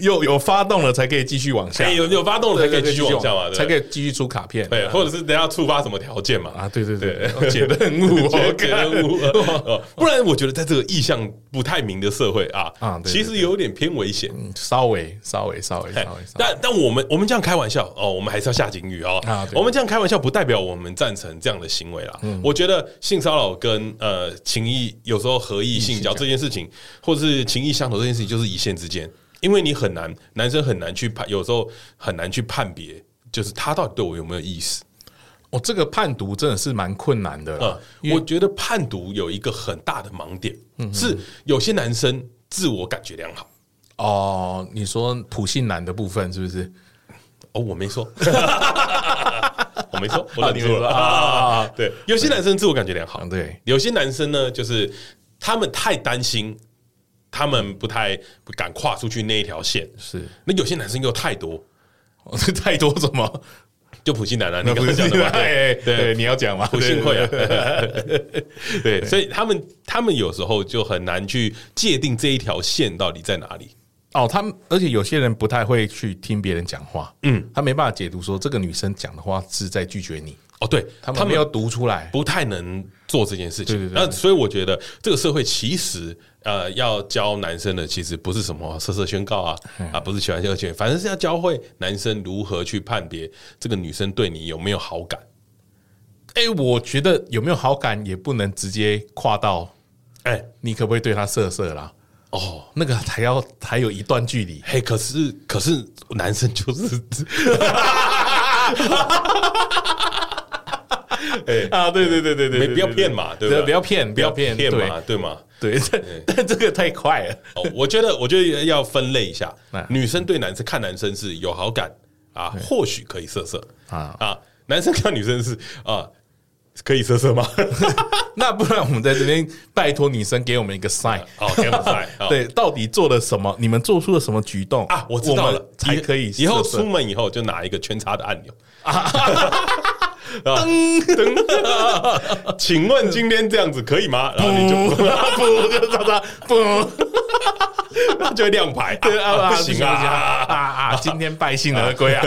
C: 有有发动了才可以继续往下
B: 哎，，有有发动了才可以继续往下嘛，
C: 才可
B: 以
C: 以继续出卡片，
B: 对，或者是等下触发什么条件嘛？
C: 啊，对对对，
B: 对
C: 解任 务，哦
B: 觉
C: 我
B: 得觉得
C: 看
B: 无呃 呃不然我觉得在这个意向不太明的社会啊
C: 啊，对对
B: 其实有点偏危险。
C: 嗯稍微稍微稍微稍微，稍微
B: 但但我们我们这样开玩笑哦，我们还是要下警语哦。
C: 啊对嗯
B: 我们这样开玩笑不代表我们赞成这样的行为啦。我觉得性骚扰跟呃情谊有时候合意性交这件事情，或者是情谊相投这件事情，就是一线之间，因为你很难，男生很难去判，有时候很难去判别，就是他到底对我有没有意思。
C: 我哦这个判读真的是蛮困难的啦
B: 呃，，我觉得判读有一个很大的盲点，
C: 嗯
B: 是有些男生自我感觉良好。
C: 哦，你说普信男的部分是不是？
B: 哦，我没 说，我没说，我
C: 啊
B: 忍
C: 你
B: 住
C: 没说
B: 了
C: 啊啊啊
B: 啊。对，有些男生自我感觉良好
C: 啊，对
B: 有些男生呢，就是他们太担心，他们不太不敢跨出去那一条线。
C: 是哦
B: 那有些男生又太多，
C: 太多怎么？
B: 就普信男啊，你
C: 那
B: 刚
C: 不
B: 刚
C: 是
B: 讲的嘛，
C: 哎哎
B: 对对
C: 对，你要讲吗？
B: 不幸会啊
C: 对对对，
B: 对， 所以他们他们有时候就很难去界定这一条线到底在哪里。
C: 哦，他们而且有些人不太会去听别人讲话，嗯，他没办法解读说这个女生讲的话是在拒绝你，
B: 哦，对，
C: 他们没有读出来，
B: 不太能做这件事情。
C: 对对对
B: 那所以我觉得这个社会其实呃要教男生的，其实不是什么色色宣告啊
C: 哎
B: 啊，不是喜欢这个圈，反正是要教会男生如何去判别这个女生对你有没有好感。
C: 哎、我觉得有没有好感也不能直接跨到
B: 哎、
C: 你可不可以对她色色啦，
B: 哦。
C: 那个还要还有一段距离。
B: 嘿，可是可是男生就是，哎
C: 啊，对对对对 对，
B: 没
C: 对
B: 不要
C: 对
B: 骗
C: 对
B: 嘛对不对
C: 不要骗，
B: 不要骗
C: 骗，对
B: 嘛，对吗？
C: 对，这但这个太快了，
B: 哦，我觉得，我觉得要分类一下
C: 哎，
B: 女生对男生看男生是有好感啊，或许可以色色
C: 啊
B: 啊，男生看女生是啊，可以色色 吗？
C: 那不然我们在这边拜托女生给我们一个 sign，
B: 哦，给我在
C: 对，到底做了什么？你们做出了什么举动
B: 啊，我知道
C: 们
B: 了，
C: 才可以
B: 以后
C: 色色
B: 出门以后就拿一个圈叉的按钮。 啊！噔， 请问今天这样子可以吗？然后你就
C: 不 不就叉叉 不，
B: 就会亮牌，
C: 对啊，
B: 不行
C: 不
B: 啊！
C: 啊啊！今天败兴而归啊！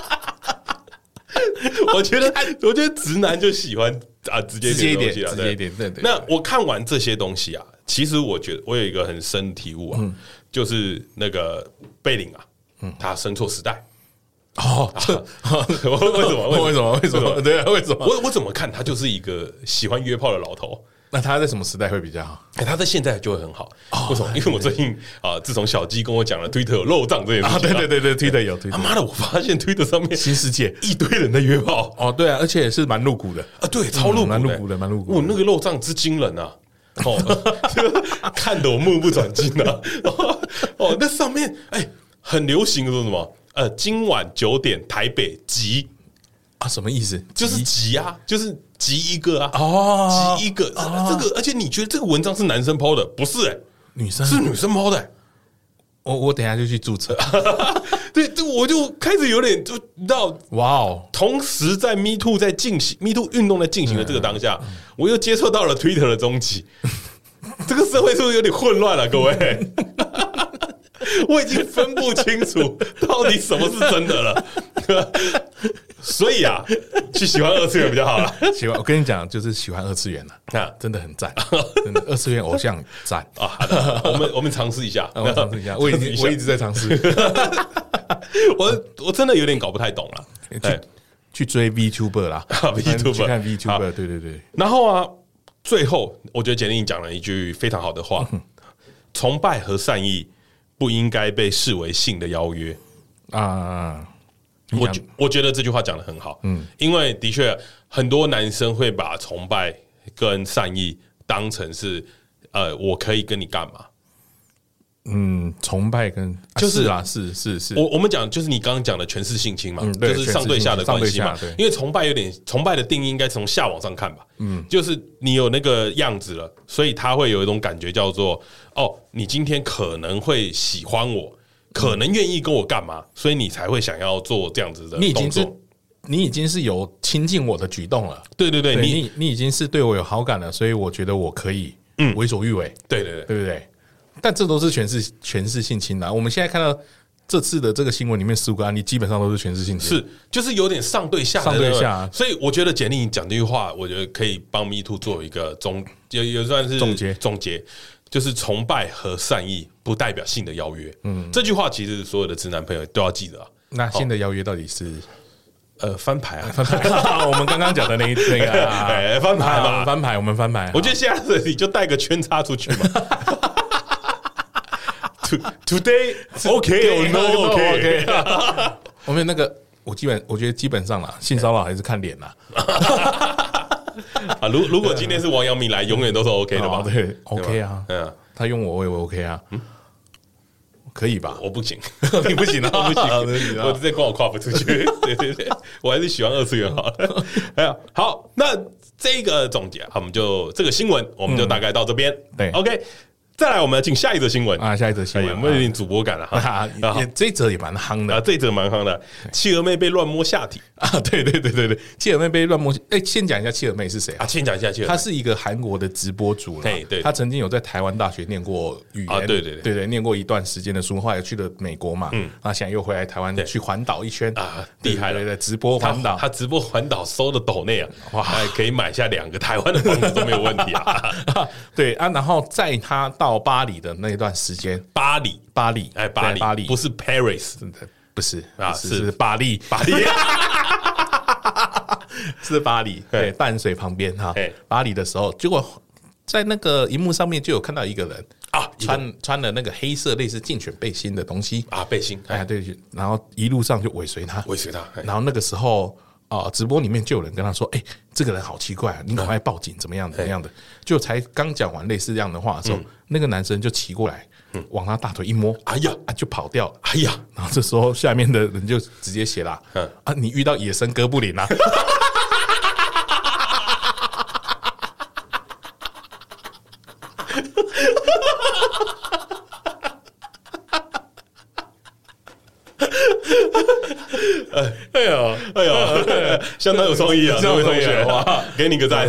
B: 我觉得，我觉得直男就喜欢啊，直接
C: 直接一点
B: 点的东西啊，
C: 直接一点对对
B: 那我看完这些东西啊，其实我觉得我有一个很深的体悟啊，
C: 嗯
B: 就是那个贝林啊，他生错时 代。
C: 哦，这
B: 为为什么？
C: 为什么？为什么？？对，啊为什么？
B: 我我怎么看他就是一个喜欢约炮的老头。
C: 那他在什么时代会比较好？
B: 哎，他在现在就会很好，
C: 哦
B: 为
C: 哎
B: 什么？因为我最近啊，自从小鸡跟我讲了推特有漏账这件事情、
C: 啊， 对对，对对，推特有推
B: 他、
C: 特
B: 妈的，我发现推特上面
C: 新世界
B: 一堆人在约炮
C: 哦，对啊，而且是蛮露骨的，
B: 啊，对，超露骨的、
C: 嗯蛮露骨的蛮露骨的
B: 我那个漏账之惊人啊！哦， 看得我目不转睛啊！哦，哦那上面哎、很流行的说什么？呃，今晚九点台北集，
C: 啊，什么意思？
B: 就是集啊，就是集一个啊，
C: 哦
B: 集一个。这个，而且你觉得这个文章是男生抛的？不是、哎，
C: 女生，
B: 是女生抛的、哎
C: 我我等一下就去注册。
B: 对，这我就开始有点就你知道，
C: 哇哦，
B: 同时在 Me Too 在进行 Me Too 运动在进行
C: 嗯
B: 的这个当下，我又接受到了 Twitter 的踪迹。 这个社会是不是有点混乱了、各位？ 我已经分不清楚到底什么是真的了， 所以啊，去喜欢二次元比较好了。
C: 喜欢我跟你讲，就是喜欢二次 元了，
B: 啊
C: 真的很赞，真的二次元偶像 赞。
B: 啊，好的我们我们尝试一下，
C: 啊我尝试一下，我已 经我一直在尝试
B: 我 我真的有点搞不太懂了。哎啊
C: 去去追 VTuber 啦
B: VTuber
C: 去看
B: 好
C: VTuber，对对对，
B: 然后啊，最后我觉得简历讲了一句非常好的话：崇拜和善意不应该被视为性的邀约。
C: 啊，
B: 我
C: 讲
B: 觉我觉得这句话讲的很好，嗯，因为的确很多男生会把崇拜跟善意当成是，呃，我可以跟你干嘛？
C: 嗯，崇拜跟啊
B: 就是
C: 是啦，是是是，
B: 我我们讲就是你刚刚讲的权势性侵嘛，
C: 嗯
B: 就
C: 对
B: 是上对下的关系嘛
C: 权势性侵上对下。
B: 因
C: 对
B: 为崇拜有点，崇拜的定义应该从下往上看吧。嗯，就是你有那个样子了，所以他会有一种感觉叫做哦，你今天可能会喜欢我，可能愿意跟我干嘛，所以你才会想要做这样子的
C: 你已
B: 动
C: 经是
B: 作。
C: 你已经是有亲近我的举动了，
B: 对对对，
C: 对
B: 你
C: 你你已经是对我有好感了，所以我觉得我可以嗯为所欲为，
B: 对对对，
C: 对不对？但这都是全是全是性侵啦。我们现在看到这次的这个新闻里面十五个案例，基本上都是全是性侵。
B: 是就是有点上对下的
C: 上对
B: 那个
C: 下
B: 所以我觉得简历讲这句话，我觉得可以帮 Me Too 做一个总也也算是
C: 总结
B: 总结。就是崇拜和善意不代表性的邀约，嗯，这句话其实所有的直男朋友都要记得啊。
C: 那现在邀约到底是？
B: 呃，翻牌啊，
C: 我们刚刚讲的那一那个啊
B: 哎翻牌嘛
C: 啊我们翻牌，我们翻牌。
B: 我觉得现在你就带个圈叉出去嘛。To- 啊 Today OK or no OK？
C: 我们那个，我基本我觉得基本上啦，性骚扰还是看脸啦。
B: 啊，如如果今天是王阳明来，永远都是 OK 的吧？
C: 哦对，OK 啊
B: 对吧嗯，
C: 他用我，我也 OK 啊，可以吧？
B: 我不行，
C: 你不 行啊，
B: 我不
C: 不行
B: 行，
C: 啊
B: 我这关我跨不出 去。对对对，我还是喜欢二次元好了。哎呀，好，那这个总结，好我们就这个新闻，我们就大概到这边。
C: 嗯对
B: ，OK，再来，我们请下一则新闻
C: 啊，下一则新
B: 哎
C: 闻
B: 有没有一点主播感了哈？
C: 啊
B: 啊
C: 啊，也这一则也蛮夯的
B: 啊，这一则蛮夯的，企鹅妹被乱摸下体
C: 啊！对对对对对，切尔妹被乱摸。哎，先讲一下切尔妹是谁啊
B: 啊，？先讲一下企鹅妹
C: 她是一个韩国的直播主啦
B: 嘿对
C: 她曾经有在台湾大学念过语言，
B: 啊对对对
C: 对念过一段时间的书，后来去了美国嘛，嗯，啊，现在又回来台湾去环岛一圈
B: 啊厉害了
C: 对对对，直播
B: 他
C: 环岛
B: 他直播环岛收的抖内啊，哇，可以买下两个台湾的房子都没有问题 啊。
C: 对啊，然后在他到巴黎的那段时间，
B: 巴黎，
C: 巴黎，
B: 哎，巴
C: 对
B: 黎，
C: 巴黎
B: 不是 Paris，
C: 不是
B: 啊
C: 啊，
B: 是
C: 是是巴黎，
B: 巴黎
C: 是巴黎，
B: 对
C: 对，淡水旁边哈
B: 对，
C: 巴黎的时候，结果在那个荧幕上面就有看到一个人
B: 啊一个
C: 穿穿了那个黑色类似竞选背心的东西，
B: 啊，背心，
C: 哎，
B: 哎，
C: 对，然后一路上就尾随他，
B: 尾随他，哎
C: 然后那个时候啊、直播里面就有人跟他说：“哎、这个人好奇怪、啊，你赶快报警，怎么样，怎么样的。”就才刚讲完类似这样的话的时候，那个男生就骑过来，往他大腿一摸，哎呀，啊、就跑掉了。
B: 哎呀，
C: 然后这时候下面的人就直接写啦
B: 嗯：“
C: 啊，你遇到野生哥布林啦、啊。”
B: 哎呀，哎呀，相 当有创意啊，这位同学，哇，给你个 赞。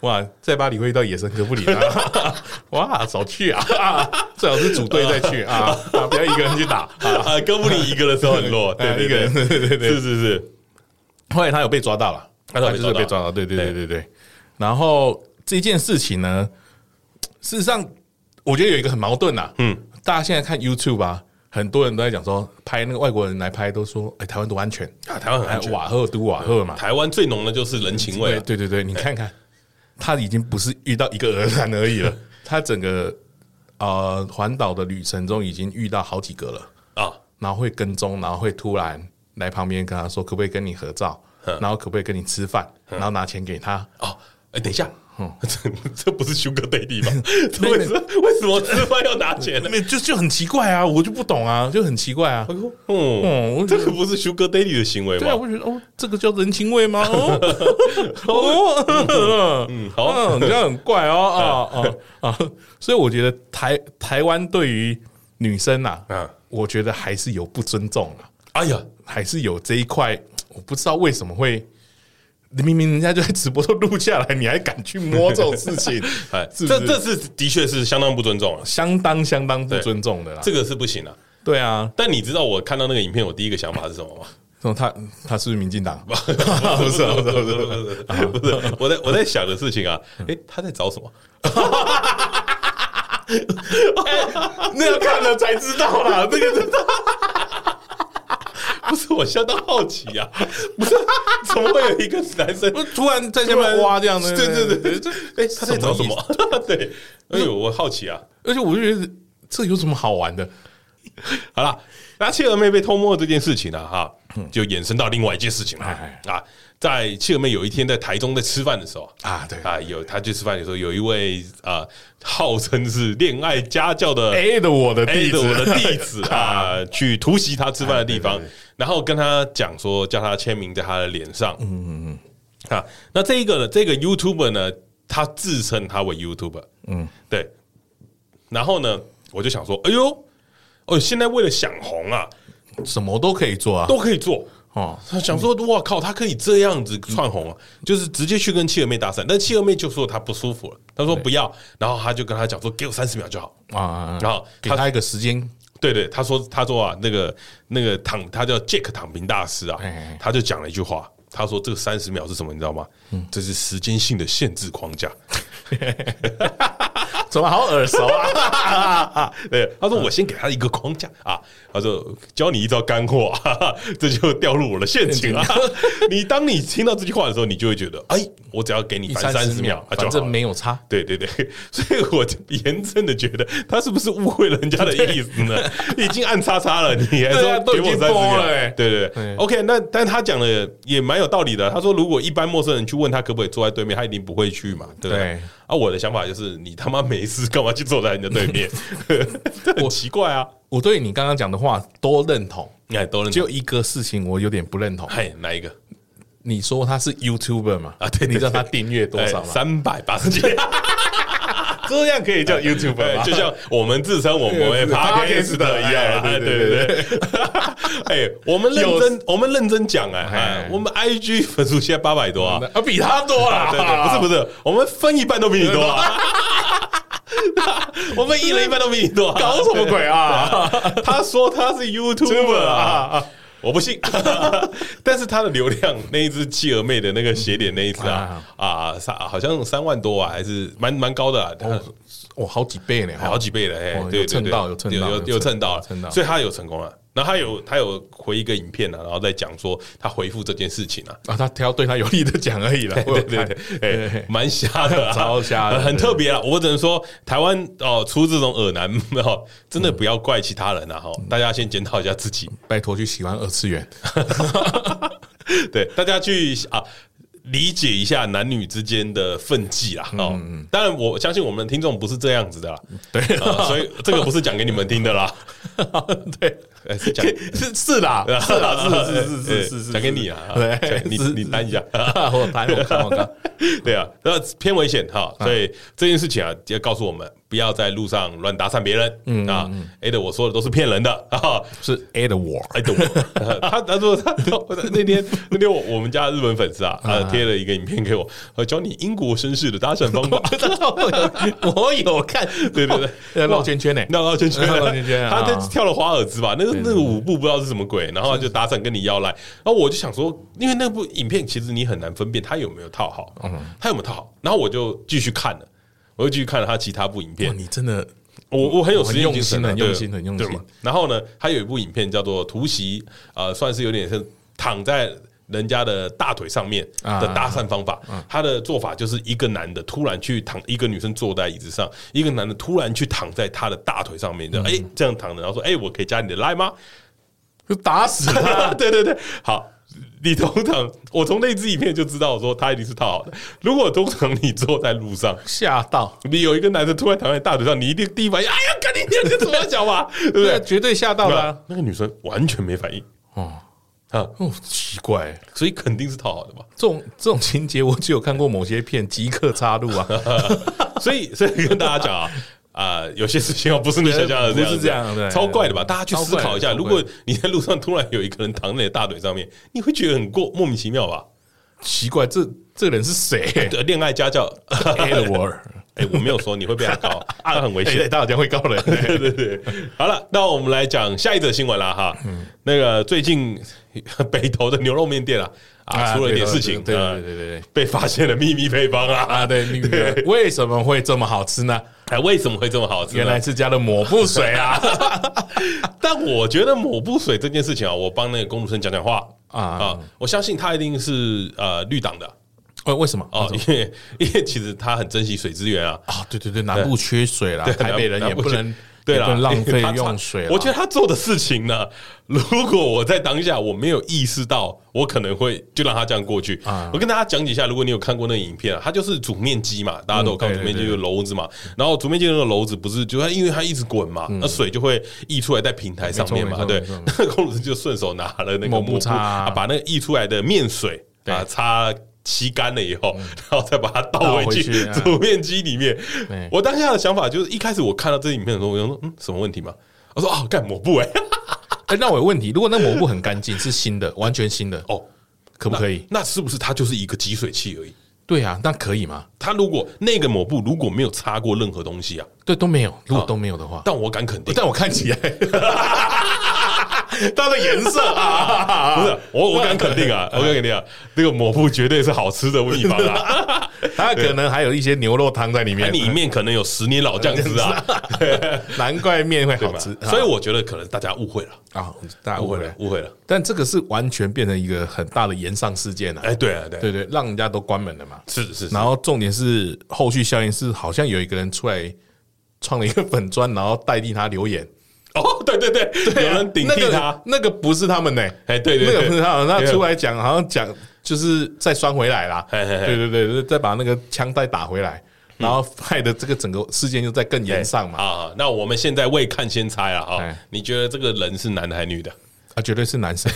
C: 哇，在巴黎会遇到野生哥布林啊！哇，少去啊！啊最好是组队再去啊，啊不要一个人去打啊！
B: 啊，哥布林一个的时候很弱，对
C: 哎
B: 对
C: 一个人
B: 对
C: 对对对
B: 是是是，
C: 后来他有被抓到了，他
B: 有被
C: 就
B: 抓
C: 是
B: 到
C: 被抓到，对对对对对。然后这件事情呢，事实上我觉得有一个很矛盾呐，嗯，大家现在看 YouTube 啊，很多人都在讲说拍那个外国人来拍，都说哎台湾多安全，哎
B: 啊，台湾很安全，
C: 瓦赫都瓦赫嘛，
B: 台湾最浓的就是人情味
C: 对
B: 啊，
C: 对对对，你看看，他已经不是遇到一个俄男而已 了，他整个呃环岛的旅程中已经遇到好几个了，
B: 啊，
C: 然后会跟踪，然后会突然来旁边跟他说可不可以跟你合照，然后可不可以跟你吃饭，然后拿钱给他，
B: 哦，哎，等一下。这 这不是 Sugar Daddy 吗？这为什 为什么吃饭要拿钱呢？
C: 没有就就很奇怪啊，我就不懂啊，就很奇怪啊。
B: 嗯，
C: 嗯，我
B: 这
C: 觉
B: 个
C: 得
B: 不是 Sugar Daddy 的行为
C: 对啊，
B: 吗？
C: 我觉得哦，这个叫人情味吗？ 哦，哦，嗯，
B: 好
C: 嗯，这样很怪哦， 啊啊啊！所以我觉得台台湾对于女生啊，
B: 嗯
C: 我觉得还是有不尊重啊，
B: 哎呀，，
C: 还是有这一块，我不知道为什么会。明明人家就在直播都录下来，你还敢去摸这种事 情
B: 哎，
C: 是
B: 这
C: 不是
B: 这是的确是相当不尊重啊，
C: 相当相当不尊重的啦。
B: 这个是不行啊。
C: 对啊，
B: 但你知道我看到那个影片，我第一个想法是什么吗？
C: 然后他他是不是民进党？ 不是
B: 不
C: 不
B: 是
C: 是
B: 不
C: 不
B: 是不
C: 是不
B: 是
C: 是嗯
B: 不
C: 不
B: 是 不是，我在我在想的事情啊，诶，他在找什么？
C: 那要看了才知道啦，这个真的
B: 不是我相当好奇啊， 不是怎么会有一个男 生
C: 突然在下面挖这样的，
B: 对对对对，哎，他在找什
C: 什
B: 么
C: 么？
B: 对，哎呦，我好奇啊。
C: 而且我就觉得这有什么好玩的？
B: 好啦，那契儿妹被偷摸这件事情呢、哈，就衍生到另外一件事情了
C: 嗯哎
B: 啊。在契儿妹有一天在台中在吃饭的时候
C: 啊对
B: 啊，有她去吃饭的时候，有一位啊，号称是恋爱家教的
C: A 的 我的
B: A
C: 地址，
B: 的我的弟 子啊，去突袭他吃饭的地 方，然后跟他讲说，叫他签名在他的脸上。嗯嗯嗯。啊，那这一个呢，这个 YouTuber 呢，他自称他为 YouTuber。嗯，对。然后呢，我就想说，哎呦，哦，现在为了想红啊，
C: 什么都可以做啊。
B: 都可以做。
C: 哦，
B: 他想说，哇靠，他可以这样子窜红啊，就是直接去跟七儿妹搭讪，但七儿妹就说她不舒服了，她说不要，然后他就跟他讲说，给我三十秒就好。
C: 啊，
B: 然后
C: 给
B: 他
C: 他一个时间，
B: 对对，他说他说啊，那个那个躺，他叫 Jack 躺平大师啊
C: 哎哎，
B: 他就讲了一句话，他说这个三十秒是什么，你知道吗？
C: 嗯
B: 这是时间性的限制框架。
C: 怎么好耳熟 啊？
B: 对，他说我先给他一个框架啊，他说教你一招干货、 啊，这就掉入我的陷阱 啊。你当你听到这句话的时候，你就会觉得，哎，我只要给你烦三十秒，啊就
C: 反
B: 好
C: 正
B: 了。
C: 没有差。
B: 对对 对，所以我就严正的觉得他是不是误会人家的意思呢？已经按叉叉了，你还
C: 对啊
B: 说
C: 都
B: 给
C: 已
B: 我
C: 经
B: 三十
C: 播
B: 秒
C: 了欸？
B: 对对对
C: 对
B: ，OK，那但他讲的也蛮有道理的。他说，如果一般陌生人去问他可不可以坐在对面，他一定不会去嘛，对不对
C: 对？
B: 啊，我的想法就是，你他妈没事干嘛去坐在你的对面？ 这很奇怪啊！
C: 我对你刚刚讲的话都认同，
B: 哎，都能
C: 只有一个事情我有点不认同。
B: 哎哪一个
C: 你说他是 YouTuber 嘛？
B: 啊？对，
C: 你知道他订阅多少吗？
B: 哎三百八 十几。
C: 这样可以叫 YouTuber
B: 对，
C: 吗？
B: 就像我们 自称我们为 podcast 的一样啊，对
C: 对
B: 对
C: 对对
B: 对。哎，我们认真，我们认真讲哎，哎
C: 哎
B: 我们 IG 粉数现在八百多 啊，
C: 啊，比他多 啦！
B: 对对，不是不是，我们分一半都比你多啊， 我们一人一半都比你多啊，
C: 搞什么鬼 啊？
B: 他说他是 YouTuber 啊。我不信， 但是他的流量那一只企鹅妹的那个斜点那一只啊啊三好像三万多啊，还是蛮蛮高的、啊，他
C: 哇，哦好几倍呢！
B: 好几倍了，哎
C: 哦，
B: 对
C: 有蹭
B: 对对
C: 到有蹭到
B: 有
C: 有
B: 有
C: 蹭
B: 蹭到
C: 有蹭到
B: 所以他有成功了。然后他有他有回一个影片呢、啊然后再讲说他回复这件事情啊，
C: 啊，他挑对他有利的讲而已了。
B: 对对 对，哎，蛮瞎的啊，
C: 超瞎的
B: 很很特别啊。我只能说，台湾哦出这种恶男哦，真
C: 嗯
B: 的不要哦怪其他人啊，哈，大家先检讨一下自己。
C: 拜托去喜欢二次元。
B: 对，大家去啊理解一下男女之间的分际
C: 嗯
B: 啦。哦，当然我相信我们的听众不是这样子的啦，
C: 对
B: 啊所以这个不是讲给你们听的 啦，
C: 对，
B: 呃是 讲。
C: 哎是是 啦，是啦，是 是是是是是，
B: 啊讲给你啊，
C: 对
B: 对，你
C: 是
B: 你担一下，
C: 我拍我看我看，
B: 对啊，那偏危险哈，
C: 啊
B: 所以这件事情啊，要告诉我们不要在路上乱搭讪别人，嗯啊，A 的我说的都是骗人的啊，
C: 是 A 的我，
B: 哎，懂我。 他他说他那天那天我我们家日本粉丝啊，他贴了一个影片给我，呃，教你英国绅士的搭讪方法。
C: 我有看，
B: 对对对，
C: 要绕圈圈呢，
B: 绕绕圈圈，
C: 绕圈圈啊嗯
B: 他他跳了华尔兹吧，那个那个舞步不知道是什么鬼，然后就搭讪跟你要来，然后我就想说，因为那部影片其实你很难分辨他有没有套好，
C: 嗯
B: 他有没有套好，然后我就继续看了，我就继续看了他其他部影
C: 哇，
B: 片，
C: 你真的
B: 我我很有
C: 嗯很
B: 实验
C: 用
B: 精神
C: 心
B: 啊，
C: 很
B: 对
C: 用心很用
B: 对
C: 心
B: 嘛然后呢，他有一部影片叫做《突袭》，呃，算是有点是躺在人家的大腿上面
C: 啊
B: 的搭讪方法。他的做法就是一个男的突然去躺，一个女生坐在椅子上，一个男的突然去躺在他的大腿上面，这
C: 嗯
B: 样哎、这样躺着，然后说哎、我可以加你的 line 吗？
C: 就打死他，
B: 对对对，好。你通常，我从那支影片就知道，说他一定是套好的。如果通常你坐在路上，
C: 吓到，
B: 你有一个男的突然躺在大腿上，你一定第一反应，哎呀，赶紧你这怎么讲 吧，对不对
C: 对，？绝对啊吓到
B: 对
C: 了
B: 吧，？那个女生完全没反应
C: 哦
B: 啊，
C: 哦，奇怪，
B: 所以肯定是套好的嘛。
C: 这种这种情节我只有看过某些片即刻插入啊，
B: 所以，所以跟大家讲啊。 啊、有些事情哦，不是你想象的这样，
C: 不是这样对
B: 超怪的吧？大家去思考一下，
C: 超怪的
B: 如果你在路上突然有一个人躺在你的大腿上面，你会觉得很过莫名其妙吧？
C: 奇怪，这这个人是 谁
B: 对，恋爱家教，
C: ？A 的我，
B: 哎、我没有说你会被他告，他很危险。
C: 哎，大家会告 人，
B: 对对对，好了，那我们来讲下一则新闻啦哈。那个最近 北投的牛肉面店啊啊
C: 啊
B: 出了一点
C: 对
B: 事情，
C: 对
B: 呃
C: 对对对对
B: 被发现了秘密配方啊
C: 啊，对，你 为什么会这么好吃呢？
B: 哎，为什么会这么好吃呢？
C: 原来是加了抹布水啊！
B: 但我觉得抹布水这件事情啊，我帮那个公主生讲讲话啊
C: 啊
B: 我相信他一定是呃绿党的
C: 为为什么？
B: 哦
C: 哦，
B: 因为因为其实他很珍惜水资源啊，
C: 啊，对对对，南部缺水啦，台北人也不能
B: 对
C: 也不
B: 了，
C: 能浪费
B: 因为他
C: 用 水啦。
B: 我觉得他做的事情呢， 如果我在当下我没有意识到，我可能会就让他这样过去。
C: 啊
B: 我跟大家讲解一下，如果你有看过那个影片啊，它就是煮面机嘛，大家都有看
C: 嗯
B: 煮面机
C: 对
B: 有
C: 对嗯
B: 篓子嘛，然后煮面机那个篓子不是就它因为它一直滚嘛，那水就会溢出来在平台上面嘛，
C: 没错没
B: 对
C: 错没错，
B: 那个公主就顺手拿了那个抹
C: 抹布
B: 布
C: 擦
B: 啊，把那个溢出来的面水
C: 对嗯
B: 啊擦。吸干了以后，然后再把它倒回
C: 倒回
B: 去
C: 去啊
B: 煮面机里面
C: 对。
B: 我当下的想法就是，一开始我看到这影片的时候，我就说，嗯，什么问题嘛？我说，哦，干抹布哎、
C: 哎，那我有问题，如果那抹布很干净，是新 的，完全新的，哦，
B: 哦，
C: 可不可以？
B: 那是不是它就是一个集水器而已？
C: 对啊，那可以吗？
B: 它如果那个抹布如果没有擦过任何东西啊，
C: 对，都没有，如
B: 啊
C: 果都没有的话，
B: 但我敢肯定，
C: 哦 但我看起来， 它的颜色啊，
B: 不是我，我敢肯定啊，我敢肯定啊，那个抹布绝对是好吃的秘 方啊，
C: 它可能还有一些牛肉汤在哎里面，
B: 里面可能有十年老酱汁 啊，
C: 难怪面会
B: 对
C: 好
B: 吧
C: 吃。？
B: 所以我觉得可能大家误会了，
C: 啊，大家误会了。
B: 误会了。
C: 但这个是完全变成一个很大的延上事件了、啊，
B: 哎，对啊，对啊，
C: 对对，让人家都关门了嘛。
B: 是是，是
C: 然后重点是后续效应是，好像有一个人出来创了一个粉砖，然后代替他留言，
B: 哦，对对对，有人顶替他，
C: 啊那个，那个不是他们呢、
B: 哎，对对，
C: 那
B: 对
C: 个不是他们，
B: 对
C: 那
B: 啊
C: 出来讲好像讲就是再拴回来啦，
B: 嘿嘿嗯嘿
C: 对对对，再把那个枪带打回来，然后害得这个整个事件又在更延上嘛，
B: 啊，那我们现在未看先猜了啊
C: 哎，
B: 你觉得这个人是男的还是女的？
C: 啊，绝对是男生，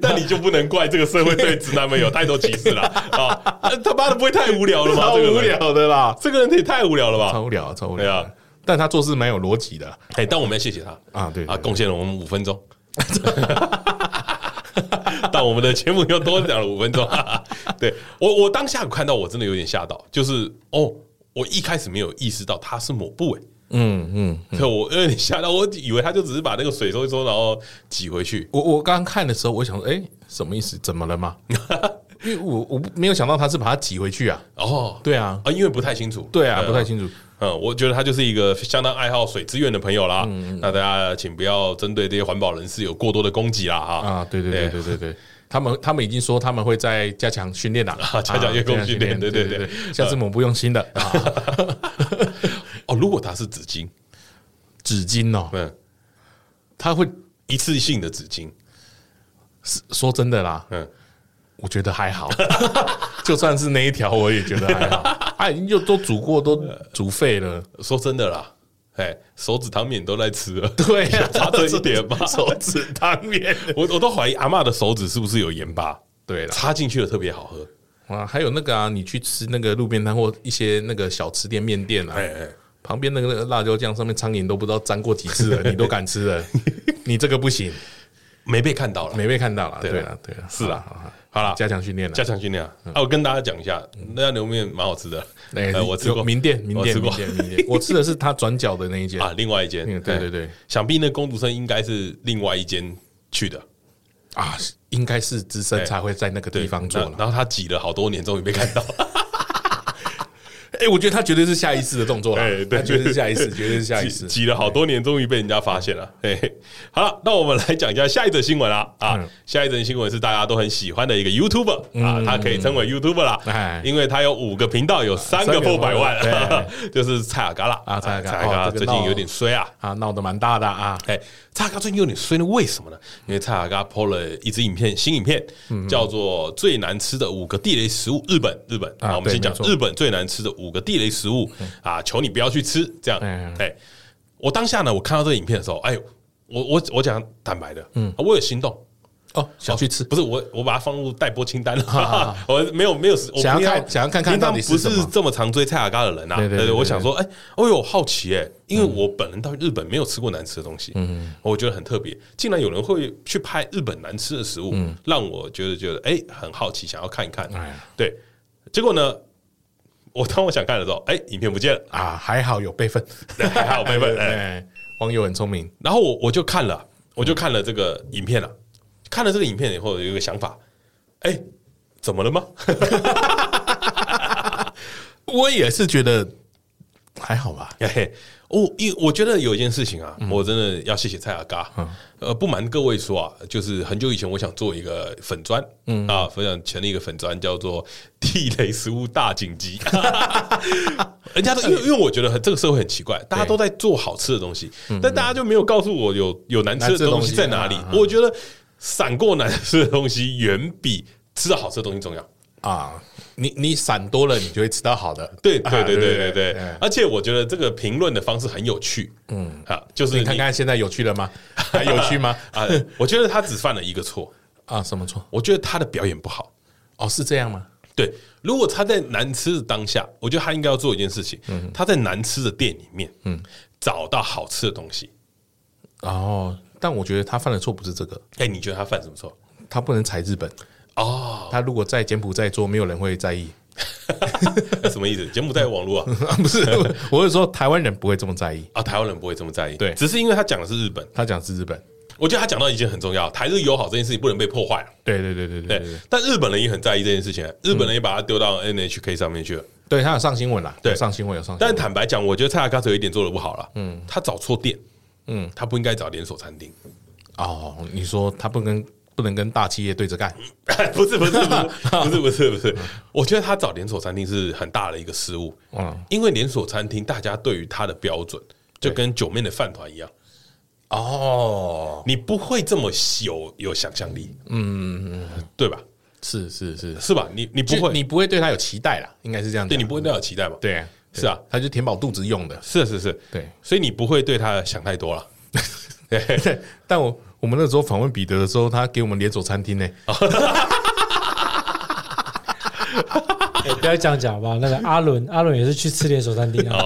B: 那你就不能怪这个社会对直男们有太多歧 视了啊！呃他妈的不会太无聊了吗？
C: 超
B: 这个人
C: 无，聊的啦，
B: 这个人也太无聊了吧
C: 超？无聊，超无
B: 对
C: 聊
B: 啊。
C: 但他做事蛮有逻辑的
B: 哎，但我们要谢谢他
C: 啊，对
B: 啊，贡献了我们五分钟。 但我们的节目又多讲了五分钟， 对我我当下看到我真的有点吓到，就是哦，我一开始没有意识到它是抹布哎、
C: 嗯嗯，
B: 对我有点吓到，我以为他就只是把那个水收一收，然后挤回去。
C: 我我刚刚看的时候，我想说，哎、什么意思？怎么了 吗？因为我我不没有想到他是把它挤回去啊。
B: 哦，
C: 对啊，
B: 啊，因为不太清楚，
C: 对啊，不太清楚。
B: 嗯，我觉得他就是一个相当爱好水资源的朋友啦。
C: 嗯
B: 那大家请不要针对这些环保人士有过多的攻击啦哈。
C: 啊，对对对对对对，他们他们已经说他们会在加强训练 啦，
B: 啊加强员工训练
C: 啊
B: 对对
C: 对
B: 对
C: 对下次我们不用新的啊
B: 哦，如果它是纸巾，
C: 纸巾哦，
B: 嗯，
C: 它会
B: 一次性的纸巾，
C: 是说真的啦，
B: 嗯，
C: 我觉得还 好，就算是那一条，我也觉得还好。啊，已经就都煮过，都煮沸了。
B: 说真的啦，哎，手指汤面都在吃 了，，
C: 对啊
B: 差这一点吧
C: 手指汤面。
B: 我我都怀疑阿嬷的手指是不是有盐巴，
C: 对了，
B: 插进去了特别好喝。
C: 啊，还有那个啊，你去吃那个路边摊或一些那个小吃店、面店啊，
B: 哎哎，
C: 旁边那个那个辣椒酱上面苍蝇都不知道沾过几次了，你都敢吃了， 你这个不行，
B: 没被看到了，
C: 没被看到了。啊
B: 对
C: 对
B: 啦
C: 了，对了，
B: 是啦
C: 好啦，好啦
B: 好啦，
C: 加强训练了
B: 加。强训练啊！啊，我跟大家讲一下，那家牛肉面蛮好吃的，
C: 嗯 哎
B: 呃，我吃过
C: 有名店，名
B: 我
C: 店，
B: 吃
C: 名
B: 过
C: 店，名店。我吃的是他转角的那一 间
B: 啊，另外一间
C: 嗯，对
B: 哎
C: 对对，
B: 想必那工读生应该是另外一间去的
C: 啊，应该是资深才会在那个
B: 对
C: 地方做
B: 那
C: 了。
B: 然后他挤了好多年，终于被看 到，
C: 哎，我觉得他绝对是下意识的动作了，
B: 哎对
C: 他绝对是下意识，绝对是下
B: 挤
C: 意识。
B: 挤了好多年，终于被人家发现了。嘿，嘿好了，那我们来讲一下下一则新闻啦。啊
C: 嗯，
B: 下一则新闻是大家都很喜欢的一个 YouTuber 啊，他可以称为 YouTuber 啦
C: 哎，
B: 因为他有五个频道，有三个
C: 三个
B: 破百万
C: 破百万，
B: 就是蔡雅嘎啦
C: 啊蔡雅嘎
B: 蔡雅嘎
C: 哦这个
B: 最近
C: 闹
B: 有点衰啊，
C: 啊，闹得蛮大的啊！
B: 哎，蔡阿嘎最近有点衰呢，为什么呢？因为蔡阿嘎 PO 了一支影片，新影片叫做《最难吃的五个地雷食物》，日本日本
C: 啊
B: 啊，我们
C: 对
B: 先讲
C: 没错
B: 日本最难吃的五个地雷食物啊，求你不要去吃，这样
C: 嗯
B: 哎。我当下呢，我看到这个影片的时候，哎，我我我讲坦白的，嗯，我有心动，
C: 哦，想去吃
B: 不是我，我把它放入待播清单了。 我没有没有，我
C: 想要
B: 平常
C: 看想要看看
B: 平常
C: 到底是
B: 不
C: 什
B: 是
C: 么
B: 这么常追蔡雅嘎的人啊。
C: 对对对对嗯
B: 我想说，哎，哦呦，好奇哎，因为我本人到日本没有吃过难吃的东西，嗯，我觉得很特别，竟然有人会去拍日本难吃的食物，让我觉得觉得哎很好奇，想要看一看
C: 嗯哎呀。
B: 对，结果呢，我 当我想看的时候，哎，影片不见了，
C: 啊，还好有备份，
B: 还好没 问。哎
C: 哎，网友很聪明，
B: 然后我我就看了，我就看了这个影片了，看了这个影片以后有一个想法，哎、怎么了吗？
C: 我也是觉得还好吧。
B: 嘿嘿，我因我觉得有一件事情啊，我真的要谢谢蔡阿嘎。呃，不瞒各位说啊，就是很久以前我想做一个粉砖，嗯啊，我想成立一个粉砖叫做“地雷食物大紧急”。人家都因为因为我觉得很这个社会很奇怪，大家都在做好吃的东西，但大家就没有告诉我有有难吃
C: 难吃
B: 的
C: 的
B: 东
C: 东
B: 西
C: 西
B: 在哪里
C: 啊。
B: 我觉得闪过难吃的东西，远比吃到好吃的东西重要。
C: 啊，你你闪多了，你就会吃到好的。
B: 对
C: 啊
B: 对对对对对，
C: 哎
B: 而且我觉得这个评论的方式很有趣，嗯，啊，就是
C: 你看看现在有趣了 吗？还有趣吗？
B: 啊，我觉得他只犯了一个错，
C: 啊，什么错？
B: 我觉得他的表演不好。
C: 哦，是这样吗？
B: 对，如果他在难吃的当下，我觉得他应该要做一件事情，他在难吃的店里面，嗯，找到好吃的东西。
C: 哦，但我觉得他犯的错不是这个，
B: 哎，你觉得他犯什么 错？
C: 他不能踩日本。
B: 哦，
C: 他如果在柬埔寨做，没有人会在 意。
B: 什么意思？柬埔寨网络啊，
C: 啊不是，我是说台湾人不会这么在意。
B: 啊，台湾人不会这么在意，
C: 对
B: 只是因为他讲的是日本，
C: 他讲是日本。
B: 我觉得他讲到一件很重要，台日友好这件事情不能被破坏了。啊
C: 对对对对对
B: 对
C: 对，，
B: 但日本人也很在意这件事情，啊日本人也把它丢到 NHK 上面去了。
C: 对他有上新闻啦，
B: 对
C: 有上新闻有上新
B: 但
C: 闻。
B: 坦白讲，我觉得蔡阿嘎只有一点做的不好了，嗯，他找错店，嗯，他不应该找连锁餐厅。
C: 哦，你说他不跟不能跟大企业对着干，
B: 不是不是不是不是不是不是，我觉得他找连锁餐厅是很大的一个失误。嗯
C: 嗯，
B: 因为连锁餐厅大家对于它的标准就跟九面的饭团一样，
C: 哦，
B: 你不会这么有有想象力，嗯，对吧？
C: 是是是，
B: 是吧？你你不
C: 就
B: 会，
C: 你不会对他有期待啦，应该是这样讲。
B: 对你不会那样有期待嘛？，
C: 对啊，
B: 是啊，
C: 他就填饱肚子用的。
B: 是是是，
C: 对，
B: 所以你不会对他想太多 了。
C: 但我我们那时候访问彼得的时候，他给我们连锁餐厅呢、
D: 哎不要这样讲吧。那个阿伦，阿伦也是去吃连锁餐厅啊。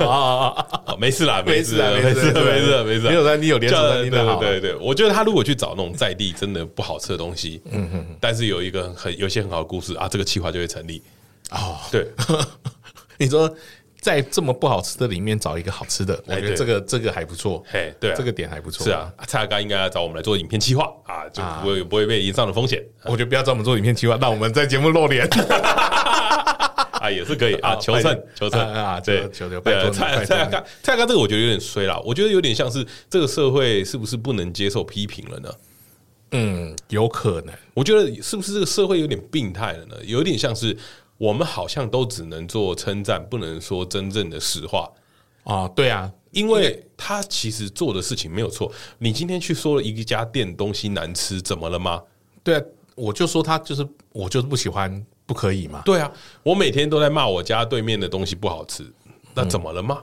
B: 哦，没事啦，
C: 没
B: 事
C: 事啊
B: 没
C: 没事啊
B: 没事啊，没事啊。
C: 连锁餐厅有连锁餐厅的好
B: 对对对，我觉得他如果去找那种在地真的不好吃的东西，嗯哼，但是有一个很有一些很好的故事啊，这个计划就会成立。
C: 哦，
B: 对，
C: 你说在这么不好吃的里面找一个好吃的，我
B: 哎
C: 觉得
B: 对
C: 这个这个还不错，
B: 嘿，对啊，
C: 这个点还不错。
B: 是，啊，蔡阿刚应该要找我们来做影片企划啊，就不会不会被延上的风险
C: 我觉得不要找我们做影片计划，让我们在节目露脸。
B: 啊，也是可以啊，
C: 啊
B: 求胜
C: 拜
B: 求胜
C: 啊啊
B: 对
C: 求求
B: 对
C: 求拜托你
B: 蔡
C: 拜托你
B: 蔡阿刚蔡阿刚这个我觉得有点衰啦，我觉得有点像是这个社会是不是不能接受批评了呢？
C: 嗯，有可能。
B: 我觉得是不是这个社会有点病态了呢？有点像是我们好像都只能做称赞，不能说真正的实话，
C: 哦，对啊，
B: 因为他其实做的事情没有错。你今天去说了一家店东西难吃，怎么了吗？
C: 对啊，我就说他就是我就是不喜欢，不可以嘛？
B: 对啊，我每天都在骂我家对面的东西不好吃，那怎么了 吗？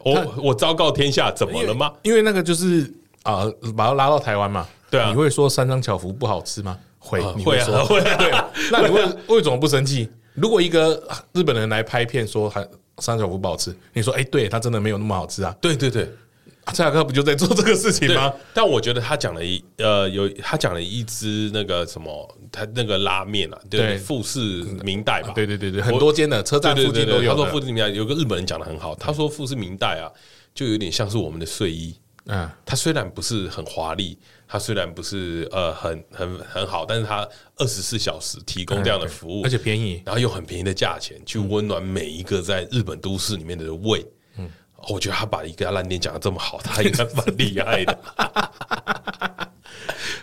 B: 我我昭告天下，怎么了吗？
C: 因为那个就是啊、把它拉到台湾嘛。
B: 对啊
C: 你会说三张巧福不好吃吗？会，
B: 啊
C: 你
B: 会啊
C: 说
B: 会啊
C: 对嘛那你为为什么不生气？如果一个日本人来拍片说还三张巧福不好吃，你说哎、对他真的没有那么好吃啊？
B: 对对对
C: 啊蔡雅克不就在做这个事情
B: 对
C: 吗？
B: 但我觉得他讲了一呃，有他讲了一支那个什么，他那个拉面啊，对，
C: 对
B: 富士明代吧，
C: 对对对对，
B: 我
C: 很多间的车站
B: 对
C: 附
B: 对
C: 近
B: 对
C: 都
B: 对
C: 有
B: 他
C: 的。
B: 说富士明代有个日本人讲的很好，他说富士明代啊，就有点像是我们的睡衣。
C: 嗯，
B: 它虽然不是很华丽，它虽然不是呃很很很好，但是它二十四小时提供这样的服务，
C: 哎而且便宜。
B: 然后用很便宜的价钱去温暖每一个在日本都市里面的胃。嗯，我觉得他把一个烂店讲的这么好，他应该蛮厉害的。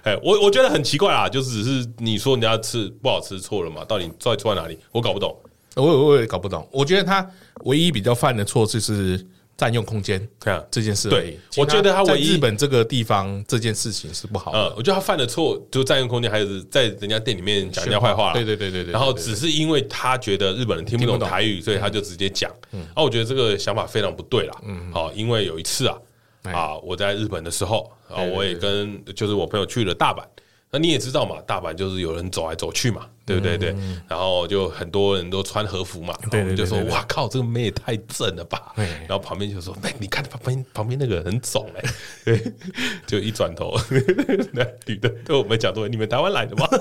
B: 哎，我我觉得很奇怪啊，就只是你说人家吃不好吃错了嘛？到底错错在哪里？我搞不懂。
C: 我也我也搞不懂，我觉得他唯一比较犯的错就是占用空间
B: 看
C: 这件事而已。
B: 对
C: 其
B: 我觉得他
C: 在
B: 唯一
C: 日本这个地方这件事情是不好的。
B: 嗯，我觉得他犯的错就占用空间，还有在人家店里面讲人家坏话啦
C: 对对对对对
B: 然后
C: 对对
B: 只是因为他觉得日本人听不懂
C: 听不懂嗯
B: 台语，所以他就直接讲。啊，我觉得这个想法非常不对啦。好，因为有一次啊
C: 哎
B: 啊，我在日本的时候啊，
C: 对对
B: 我也跟就是我朋友去了大阪。那你也知道嘛，大阪就是有人走来走去嘛，对不对？对，然后就很多人都穿和服嘛，然后我们就
C: 嗯对对对
B: 说
C: 对对
B: 哇靠，这个妹也太正了吧！
C: 对
B: 然后旁边就说，哎，你看旁边旁边那个人很肿 哎，对，就一转头，那女的对我们讲说，你们台湾来的吗？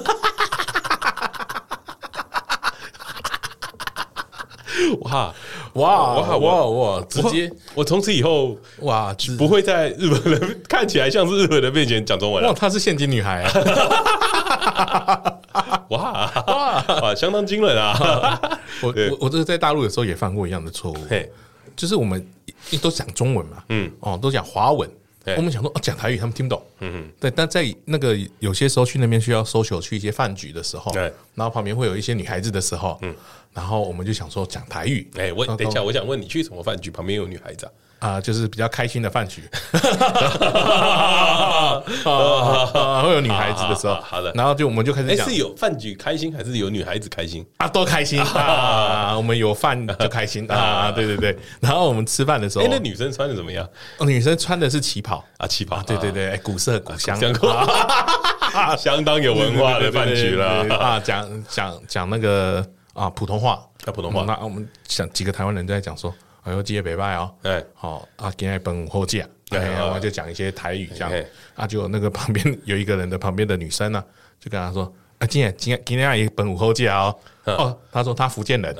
B: 哇
C: 哇
B: 哇
C: 哇
B: 哇
C: 哇哇！直接
B: 我我从此以后
C: 哇，直
B: 不会啊在日本人看起来像是日本人面前讲中文
C: 哇，
B: 了。
C: 她是现金女孩啊！
B: 哇哇，相当惊人啊！
C: 我
B: 对
C: 我我这个在大陆的时候也犯过一样的错误，
B: 嘿，
C: 就是我们一都讲中文嘛，嗯，哦，都讲华文
B: 对。
C: 我们想说哦，讲台语他们听不懂，嗯嗯，对。但在那个有些时候去那边需要 social 去一些饭局的时候，
B: 对
C: 然后旁边会有一些女孩子的时候，嗯，然后我们就想说讲台语，
B: 哎，我
C: 然后
B: 等一下，我想问你去什么饭局？旁边有女孩 子啊？
C: 啊、就是比较开心的 饭局，啊会有女孩子的时候，
B: 啊好好的
C: 然后就我们就开始
B: 哎，
C: 讲
B: 是有饭局开心，还是有女孩子开心？
C: 啊，多 开心啊，我们有饭就开心啊，对对对，然后我们吃饭的时候
B: 哎，，那女生穿的怎么样
C: 哦女生穿的是旗袍，
B: 啊？旗袍？
C: 对对对，哎古色古香， 啊
B: 讲过， 相当有文化的饭局
C: 对对对对对
B: 啦。
C: 啊，讲讲讲那个啊普通话，
B: 啊普通话
C: 嗯那我们想几个台湾人都在讲说，哎呦，今天北拜哦，
B: 哎
C: 好啊，今天本后价，
B: 哎
C: 哎呀，
B: 啊
C: 我就讲一些台语这样
B: 哎，
C: 啊，就那个旁边有一个人的旁边的女生呢，就跟他说。啊，今天今天今天也本午后价哦，哦，他说他福建人，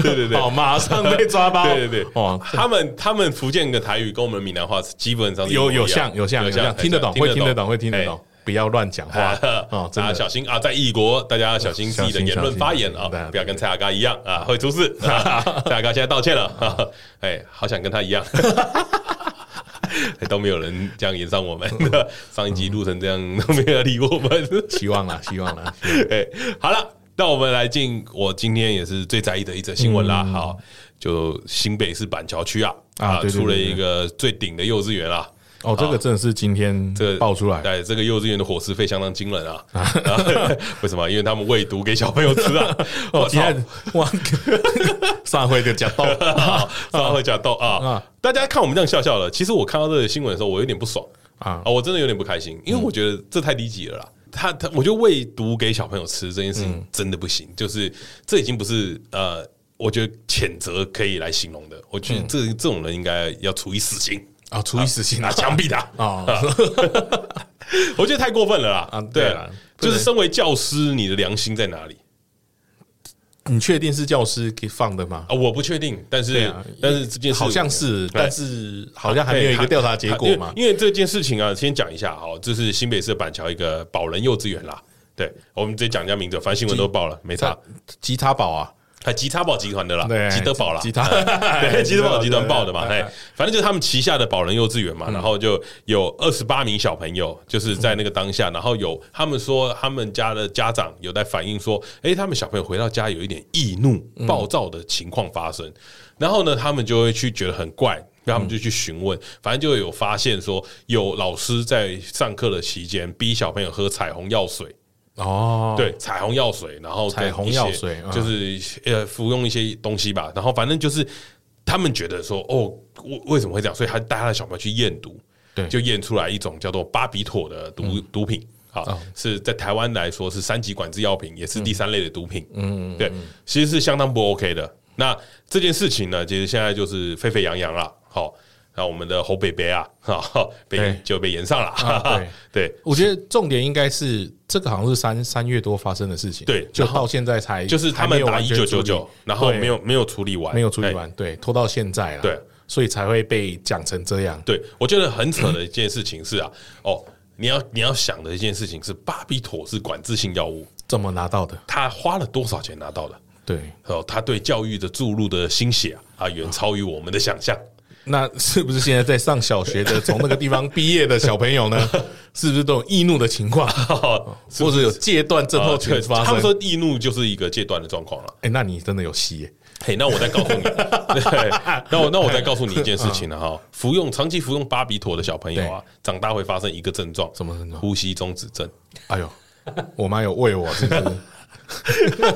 B: 对对对，
C: 哦，马 上被抓包，
B: 对对对，
C: 哦
B: 哦，， 他们他们福建的台语跟我们闽南话是基本上是一模一样
C: 有有像有像有像，听得懂会听得懂会听得。懂，不要乱讲话
B: 哎哎
C: 哦，真
B: 大家
C: 的
B: 小心啊，在异国大家小心自己的言论发言
C: 小心小
B: 啊，
C: 心
B: 不要跟蔡阿嘎一样啊，会出 事。 啊蔡阿嘎现在道歉了， 啊哎，好想跟他一样。 哎都没有人这样言上我们， 上一集录成这样都没有理我们。
C: 希望啦，希望啦，
B: 哎，好了，那我们来进我今天也是最在意的一则新闻啦。好，就新北市板桥区啊
C: 嗯啊
B: 啊，
C: 对对对
B: 出了一个最顶的幼稚园啊。
C: 哦，这个真的是今天
B: 这个哎
C: 爆出来，
B: 对，这个幼稚园的伙食费相当惊人啊！啊 为什么？因为他们喂毒给小朋友吃啊！
C: 哦，
B: 我
C: 今
B: 操，
C: 天哇，上回就讲到，
B: 稍哦会讲到啊
C: 啊！
B: 大家看我们这样笑笑的，其实我看到这个新闻的时候，我有点不爽啊
C: 啊，嗯
B: 我真的有点不开心，因为我觉得这太低级了啦。他他，我觉得喂毒给小朋友吃这件事
C: 嗯
B: 情真的不行，就是这已经不是呃，我觉得谴责可以来形容的。我
C: 嗯
B: 觉得这这种人应该要处以死刑。
C: 啊，处以死刑
B: 拿枪毙他
C: 啊！
B: 我觉得太过分了啦！
C: 啊
B: 对
C: 对啦不
B: 就
C: 能
B: 是身为教师，你的良心在哪里？
C: 你确定是教师给放的吗？
B: 啊，我不确定，但是、
C: 对啊
B: 但是这件事
C: 好像是，
B: 对
C: 但是好像还没有一个调查结果嘛
B: 因。为因为这件事情啊，先讲一下哦，这是新北市板桥一个保人幼稚园啦。对，我们直接讲人家名字，反正新闻都报了，没差哎
C: 他。吉他宝啊，
B: 还吉他堡集团的啦，
C: 对
B: 吉德堡啦，
C: 吉吉他
B: 哎 对，吉德堡集团报的嘛，
C: 对
B: 哎，反正就是他们旗下的保人幼稚园嘛，然后就有二十八名小朋友，就是在那个当下，然后有他们说他们家的家长有在反映说，哎，他们小朋友回到家有一点易怒、暴躁的情况发生，然后呢，他们就会去觉得很怪，然后他们就去询问，反正就有发现说，有老师在上课的期间逼小朋友喝彩虹药水，
C: 哦，
B: 对，彩虹药水，然后跟
C: 彩虹
B: 一些
C: 药水嗯
B: 就是呃服用一些东西吧，然后反正就是他们觉得说，哦，为为什么会这样？所以他带他的小朋友去验毒，
C: 对嗯
B: 就验出来一种叫做巴比妥的毒、毒品。
C: 哦
B: 啊，是在台湾来说是三级管制药品，也是第三类的毒品。嗯，对，其实是相当不 OK 的。那这件事情呢，其实现在就是沸沸扬扬了。好，那我们的侯北北啊，哈，被
C: 对
B: 就被延上了。
C: 啊对
B: 对，
C: 我觉得重点应该是这个好像是三三月多发生的事情，
B: 对
C: 就
B: 然后
C: 到现在才
B: 就是他们
C: 哎还没有
B: 打
C: 完
B: 一
C: 全
B: 九九
C: 处理
B: 九，然后
C: 对
B: 没有没有处理完，
C: 没有处理
B: 哎
C: 完，对，拖到现在了，
B: 对，
C: 所以才会被讲成这样，
B: 对，我觉得很扯的一件事情是啊，哦，你要你要想的一件事情是，巴比妥是管制性药物，
C: 怎么拿到的？
B: 他花了多少钱拿到的？
C: 对，
B: 哦，他对教育的注入的心血啊，啊，远超于我们的想象。
C: 那是不是现在在上小学的从那个地方毕业的小朋友呢， 是不是都有易怒的情况，
B: 是
C: 或者有戒断症候
B: 哦，
C: 群
B: 对，
C: 哦发
B: 他们说
C: 生？
B: 易怒就是一个戒断的状况了。
C: 哎，那你真的有戏耶，
B: 嘿，那我再告诉 你，对那我那我再告诉你一件事情了
C: 嗯
B: 哈，服用长期服用巴比妥的小朋友啊，长大会发生一个症状，
C: 什么症状
B: 呼吸中止症。
C: 哎 呦，我妈有喂我，是不是？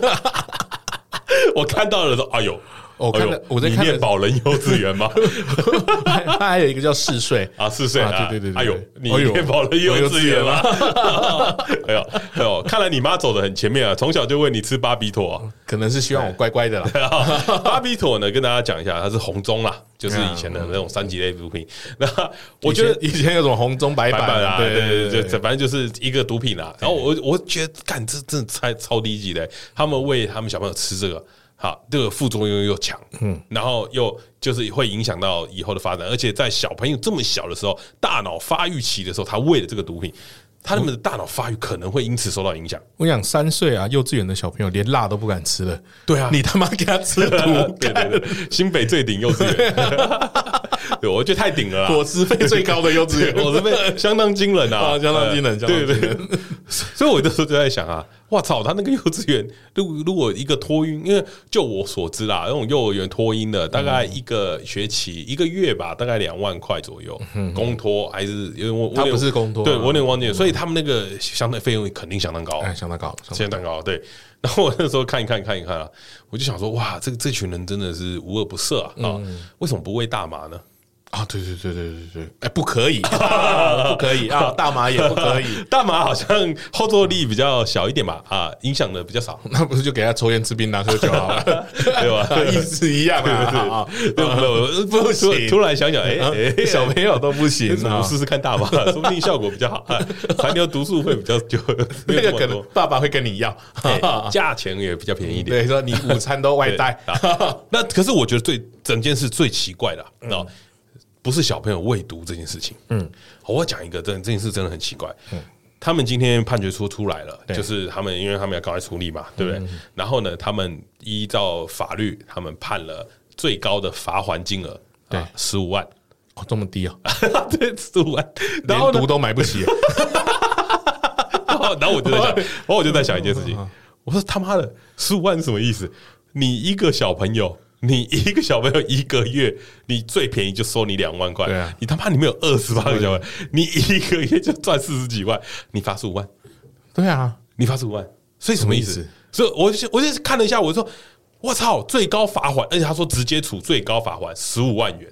B: 我看到了说，哎呦，
C: 我看了
B: 哎呦
C: 我在
B: 你
C: 看了
B: 念保人幼稚园吗？
C: 他还有一个叫嗜 睡
B: 啊，四岁啊，
C: 对对对对，
B: 哎呦
C: 对，
B: 你
C: 哎呦
B: 念保了幼稚园吗
C: 我幼稚园？啊
B: 哎呦，哎呦，看来你妈走的很前面啊，从小就喂你吃巴比妥啊。
C: 可能是希望我乖乖的啦。
B: 巴比妥呢，跟大家讲一下，它是红棕啦，就是以前的那种三级类毒品。那我觉得
C: 以前以前有种红中白
B: 白
C: 板
B: 板啊，
C: 对
B: 对
C: 对
B: 对
C: 对
B: 对，
C: 对
B: 这反正就是一个毒品啊。然后我我觉得，干这这超超低级的，他们喂他们小朋友吃这个。好，这个副作用又强，嗯，然后又就是会影响到以后的发展，而且在小朋友这么小的时候，大脑发育期的时候，他喂了这个毒品，他们的大脑发育可能会因此受到影响。
C: 我想三岁啊，幼稚园的小朋友连辣都不敢吃了。
B: 对啊
C: 你他妈给他吃毒，
B: 对对对， 新北最顶幼稚园， 对我觉得太顶了啦，
C: 伙食费最高的幼稚 园，
B: 我是被相当惊人 啊，
C: 啊相当惊人
B: 呃
C: 相当惊
B: 对对
C: 人
B: 对， 所以我就时候就在想啊，哇操，他那个幼稚园，如果如果一个托婴，因为就我所知啦，那种幼儿园托婴的，大概一个学期、
C: 嗯
B: 一个月吧，大概两万块左右，公托还是因为我我有
C: 他不是公托啊
B: 对我有点忘记了，所以他们那个相对费用肯定相当高，啊
C: 哎，相当高，相当
B: 现在蛋糕对。然后我那时候看一看看一看啊，我就想说，哇，这这群人真的是无恶不赦啊！啊，
C: 嗯
B: 为什么不喂大麻呢？
C: 啊，对对对对对对，哎，不可以， 啊不可以啊，大麻也不可以，
B: 大麻好像后坐力比较小一点吧，啊，影响的比较少，
C: 那不是就给他抽烟、吃槟榔、喝酒好 了，
B: 对吧？
C: 意思一样啊，
B: 对对对，不
C: 不
B: 突
C: 行
B: 突然想想，哎
C: 啊
B: 哎，
C: 小朋友都不
B: 你
C: 行
B: 怎么
C: 啊
B: 不，试试看大麻？说不定效果比较好，啊 残留毒素会比较久，没有
C: 那个
B: 么
C: 可能
B: 多
C: 爸爸会跟你要，
B: 哎价钱也比较便宜一点。
C: 对，说你午餐都外
B: 对
C: 带，
B: 啊那可是我觉得最整件事最奇怪的啊，
C: 嗯
B: 那、不是小朋友喂毒这件事情。嗯，我要讲一个，这这件事真的很奇怪。他们今天判决书出来了，
C: 嗯对嗯
B: 就是他们因为他们要赶快处理嘛，对不对？然后呢，他们依照法律，他们判了最高的罚还金额，啊
C: 对
B: 十五 万，
C: 哦，这么低 啊，
B: 对，十五万。然后
C: 连
B: 呢
C: 毒，都买不起，啊
B: 然后 然后我就在 想，然后我就在想一件事情，
C: 嗯
B: 我说他妈的十五万是什么意思？你一个小朋友，你一个小朋友一个月，你最便宜就收你两万块，
C: 对啊
B: 你他妈里面有二十八个小朋友，你一个月就赚四十几万，你罚十五万，
C: 对啊，
B: 你罚十五万，所以什么意
C: 什
B: 思
C: 么意思？
B: 所以我就我就看了一下，我就说我操，最高罚款，而且他说直接处最高罚款十五万元。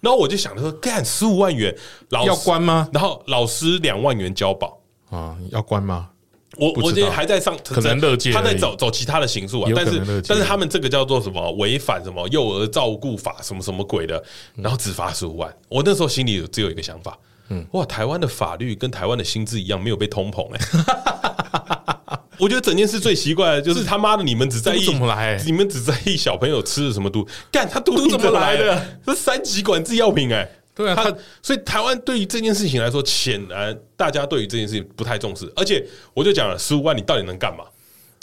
B: 然后我就想着说，干十五万元，老师
C: 要关吗
B: 然后老师两万元交保，
C: 啊，要关吗？
B: 我
C: 不知道
B: 我今天还在上，
C: 可能乐界
B: 他在
C: 而已
B: 走走其他的刑诉啊，
C: 有可
B: 但
C: 能
B: 是
C: 乐界
B: 但是他们这个叫做什么违反什么幼儿照顾法什么什么鬼的，
C: 嗯
B: 然后只罚十五万。我那时候心里有只有一个想法，嗯，哇，台湾的法律跟台湾的薪资一样，没有被通膨哎、 我觉得整件事最奇怪的就是他妈的，你们只在意
C: 这怎么来
B: 你们只在意小朋友吃了什么毒，干他毒
C: 毒怎么
B: 来
C: 来的？
B: 这三级管制药品哎、
C: 对啊
B: 他
C: 他
B: 所以台湾对于这件事情来说，显然大家对于这件事情不太重视，而且我就讲了，十五万你到底能干嘛？。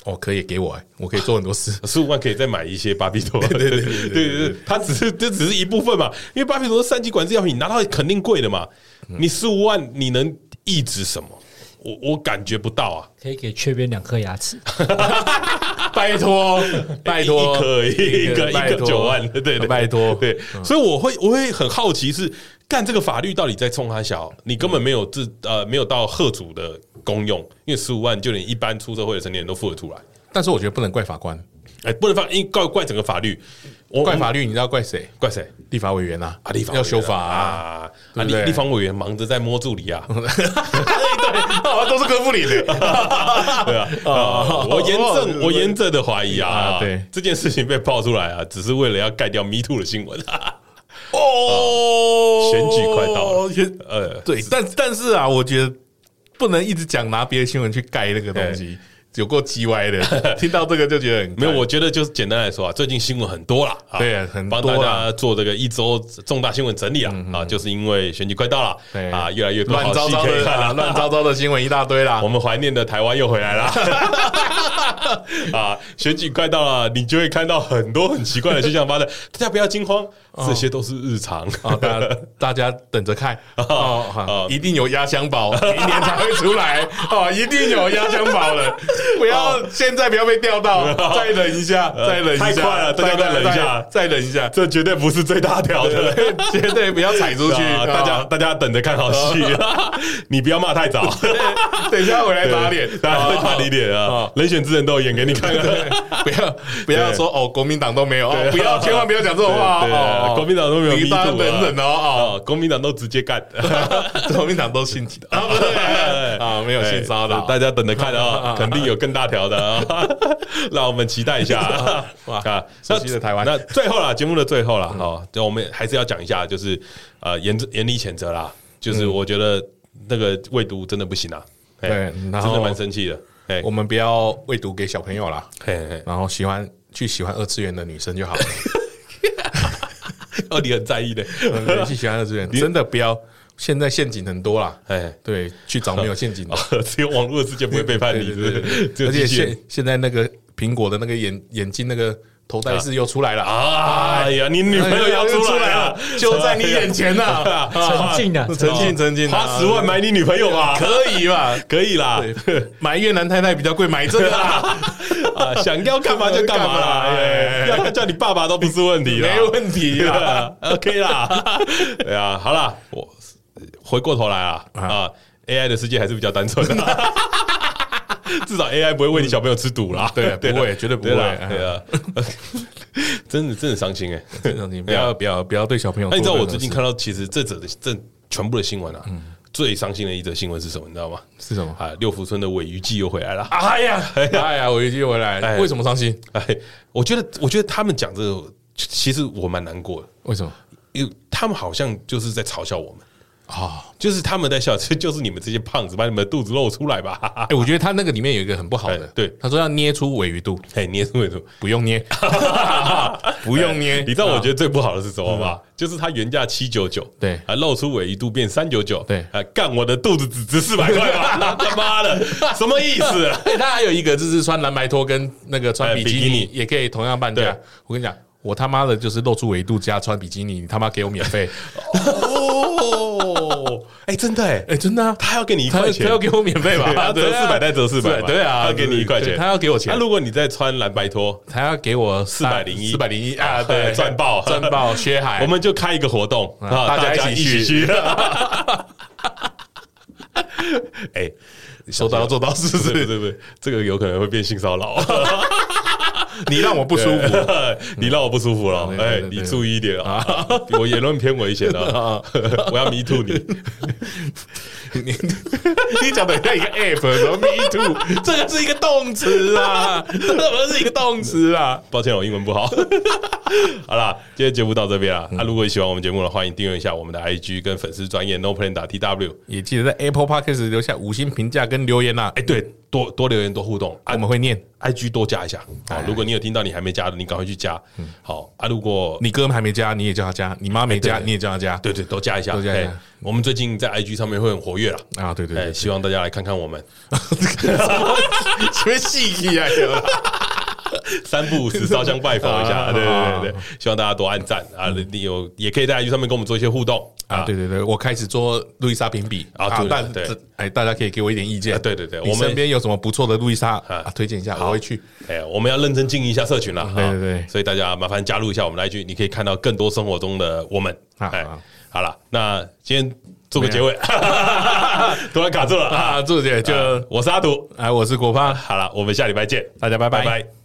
C: 哦，可以给我、欸，我可以做很多事
B: 十五万可以再买一些巴比妥， 对对对对对，它只是这只是一部分嘛，因为巴比妥是三级管制药品，你拿到肯定贵的嘛，你十五万你能抑制什么？我我感觉不到啊，
D: 可以给雀边两颗牙齿，
C: 拜托， 拜托，
B: 哎一颗而已一个
C: 拜
B: 一个
C: 托
B: 九万，对对，
C: 拜托，嗯
B: 对，所以我会我会很好奇是干这个法律到底在冲他小，你根本没有自呃没有到贺主的功用，因为十五万就连一般出社会的成年人都付得出来，
C: 但是我觉得不能怪法官，
B: 哎，不能放，因为怪怪整个法律，我
C: 怪法律，你知道怪谁？
B: 怪谁？
C: 立法委员啊，
B: 啊，立法委员
C: 要修法啊，
B: 啊，啊
C: 对不
B: 立
C: 对
B: 立方委员忙着在摸助理 啊，
C: 啊都是哥布林 的，
B: 对啊，
C: 哦
B: 啊我严正我严正的怀疑啊
C: 啊，对
B: 这件事情被爆出来啊，只是为了要盖掉 Me Too 的新闻啊，
C: 哦
B: 选举快到了
C: 选
B: 呃，
C: 对，但但是啊，我觉得不能一直讲拿别的新闻去盖那个东西，有够鸡歪 的。听到这个就觉得很
B: 没有，我觉得就是简单来说啊，最近新闻很多啦，啊
C: 对很多
B: 帮
C: 啦嗯
B: 大家做这个一周重大新闻整理啊，啊，就是因为选举快到
C: 对
B: 了，啊，越来越多
C: 乱
B: 好
C: 糟
B: 戏
C: 糟
B: 可以
C: 的
B: 看
C: 啊，
B: 了，
C: 乱糟糟的新闻一大堆啦
B: 我。们怀念的台湾又回 来了。啊，选举快到了，你就会看到很多很奇怪的现象发生。 大家不要惊慌，这些都是日常。
C: 啊，哦大家大家等着看哦，
B: 哦
C: 好一定有压箱宝，明年才会出 来哦，一定有压箱宝了，不
B: 哦
C: 要现在不要被钓 到，再忍一下，再忍一下，
B: 太快了大家再忍一下
C: 再忍一下，
B: 这绝对不是最大条的。
C: 绝对不要踩出去，哦
B: 啊大家大家等着看好戏，你不要骂太早，
C: 家等一下回来打脸
B: 对，大家会打你脸啊
C: 哦！
B: 人选之人都有演给你看看。
C: 不要不要说哦，国民党都没有哦，不 要千万不要讲这种话
B: 对对
C: 哦，哦
B: 国民党都没有
C: 你
B: Me
C: 大家
B: Too 啊
C: 忍忍哦，
B: 啊，国民党都直接干。
C: 哦， 国民党都性啊，不对 啊，没有性骚扰，
B: 哎大家等着看 啊，肯定有更大条的 啊，让我们期待一下啊！
C: 哇
B: 啊
C: 熟悉的台湾嗯
B: 那最后啦，节目的最后啦，哈，就我们还是要讲一下，就是呃，严严厉谴责啦，就是我觉得那个未读真的不行啊，哎
C: 嗯对
B: 真
C: 然后
B: 的蛮生气的，哎
C: 我，们不要喂毒给小朋友啦，
B: 嘿嘿，
C: 然后喜欢去喜欢二次元的女生就 好了，
B: 哦，你很在 意的，
C: 嗯去喜欢二次元，真的不要，现在陷阱很多啦，
B: 哎，
C: 对，去找没有陷阱的
B: 哦，只有网络的世界不会背叛你，
C: 对
B: 是
C: 对对
B: 不是？只有
C: 而
B: 机
C: 且
B: 器人
C: 现现在那个苹果的那个眼眼镜那个头戴式又出来了啊。
B: 哎呀，你女朋友要出来啊哎了，
C: 就在你眼前呐！
D: 沉浸啊，
C: 沉浸沉浸，
B: 花十万买你女朋友吧，
C: 可以吧？
B: 可以啦。
C: 对， 买越南太太比较贵，买这个啦，
B: 啊，想要干嘛就干嘛啦，
C: 干嘛
B: 哎
C: 哎
B: 要他叫你爸爸都不是问题啦，
C: 没问题
B: 对
C: 啦。
B: 啊，OK 啦， 对啊，好啦，我回过头来啊啊，AI 的世界还是比较单纯的。 至少 AI 不会喂你小朋友吃毒啦，
C: 嗯对不会
B: 啦
C: 绝对不会
B: 对啦对啊， 真的真的伤心哎。
C: 你 不要不要不要对小朋友。
B: 那你知道我最近看到，其实这则的这全部的新闻啊，最伤心的一则新闻是什么？你知道吗？
C: 嗯是什么？
B: 啊，六福村的尾鱼季又回来了。
C: 哎呀哎呀，我一句回来，为什么伤心？
B: 哎，我觉得，我觉得他们讲这个，其实我蛮难过的，
C: 为什么
B: 因为他们好像就是在嘲笑我们，
C: 啊？
B: 就是他们在笑， 这就是你们这些胖子把你们的肚子露出来吧。
C: 哎，我觉得他那个里面有一个很不好的，他说要捏出尾鱼肚，
B: 哎，捏住捏住，哎
C: 不用捏， 哎不用捏。
B: 你知道我觉得最不好的是什么吗？就是它原价七九九，
C: 对
B: 还露出尾一度变三九九，
C: 对
B: 啊，干我的肚子只值四百块 吧，他妈的，什么意 思？
C: 哎，他还有一个就是穿蓝白拖跟那个穿
B: 哎
C: 比基
B: 比基
C: 尼
B: 尼
C: 也可以同样半价
B: 对。
C: 我跟你讲，我他妈的就是露出维度加穿比基尼，你他妈给我免费！
B: 哦，哎，真的哎，
C: 哎，真的啊，
B: 他要给你一
C: 他
B: 块
C: 要
B: 钱，
C: 他要给我免费 吧？
B: 他折
C: 对啊
B: 四百再折四百，
C: 对啊，
B: 他给你一块
C: 对
B: 钱，
C: 他要给我钱
B: 啊那，如果你再穿蓝白拖，
C: 他要给我四
B: 401
C: 四百零一啊， 对，
B: 赚爆
C: 赚爆，薛 海，
B: 我们就开一个活动
C: 啊
B: 啊，大
C: 大
B: 家
C: 家
B: 一
C: 一
B: 起
C: 起
B: 去
C: 去。
B: 哎，
C: 说到做到，是
B: 不
C: 不
B: 是不是
C: 是？
B: 不是，这个有可能会变性骚扰，
C: 你让我不舒服，
B: 你让我不舒服了
C: 对。对
B: 哎
C: 对，对啊
B: 你注意一点啊！ 我言论偏危险 的， 我要迷途你。
C: 你 你讲的像一个 app，什么 me too，这个是一个动词啊，这个不是一个动词啊。
B: 抱歉，我英文不好。好啦，今天节目到这边啦。
C: 嗯
B: 那如果你喜欢我们节目的话，欢迎订阅一下我们的 IG 跟粉丝专业 No Plan 打 TW。
C: 也记得在 Apple Podcast 留下五星评价跟留言啦、啊
B: 哎，对，多多留言，多互动。
C: 我们会念。
B: IG 多加一下
C: 哎
B: 好，如果你有听到你还没加的，你赶快去加。
C: 嗯
B: 好啊，如果
C: 你哥还没加，你也叫他加；你妈没加，
B: 对
C: 你也叫他加。
B: 对对，都加一下。
C: 都加一下
B: 哎我们最近在 IG 上面会很活跃啦。
C: 啊，对对
B: 哎，
C: 对，
B: 希望大家来看看我们。
C: 什么戏剧啊？
B: 三不五时烧香拜访一下，
C: 啊嗯
B: 对对对对，希望大家多按赞啊！你有也可以在 IG 上面跟我们做一些互动
C: 啊，对对对，我开始做路易莎评比
B: 啊对
C: 但
B: 对
C: 这哎，大家可以给我一点意见。
B: 啊对对对
C: 你
B: 我们
C: 身边有什么不错的路易莎啊，推荐一下，我会去。
B: 哎、我们要认真经营一下社群啦。
C: 对
B: 啊
C: 对对
B: 所以大家麻烦加入一下我们来句，你可以看到更多生活中的我们。
C: 啊
B: 哎
C: 啊，
B: 好了，那今天做个结尾， 突然卡住了啊！
C: 啊，祝姐就
B: 我是阿杜，啊
C: 哎，我是国胖，
B: 好了，我们下礼拜见，
C: 大家拜拜
B: 拜拜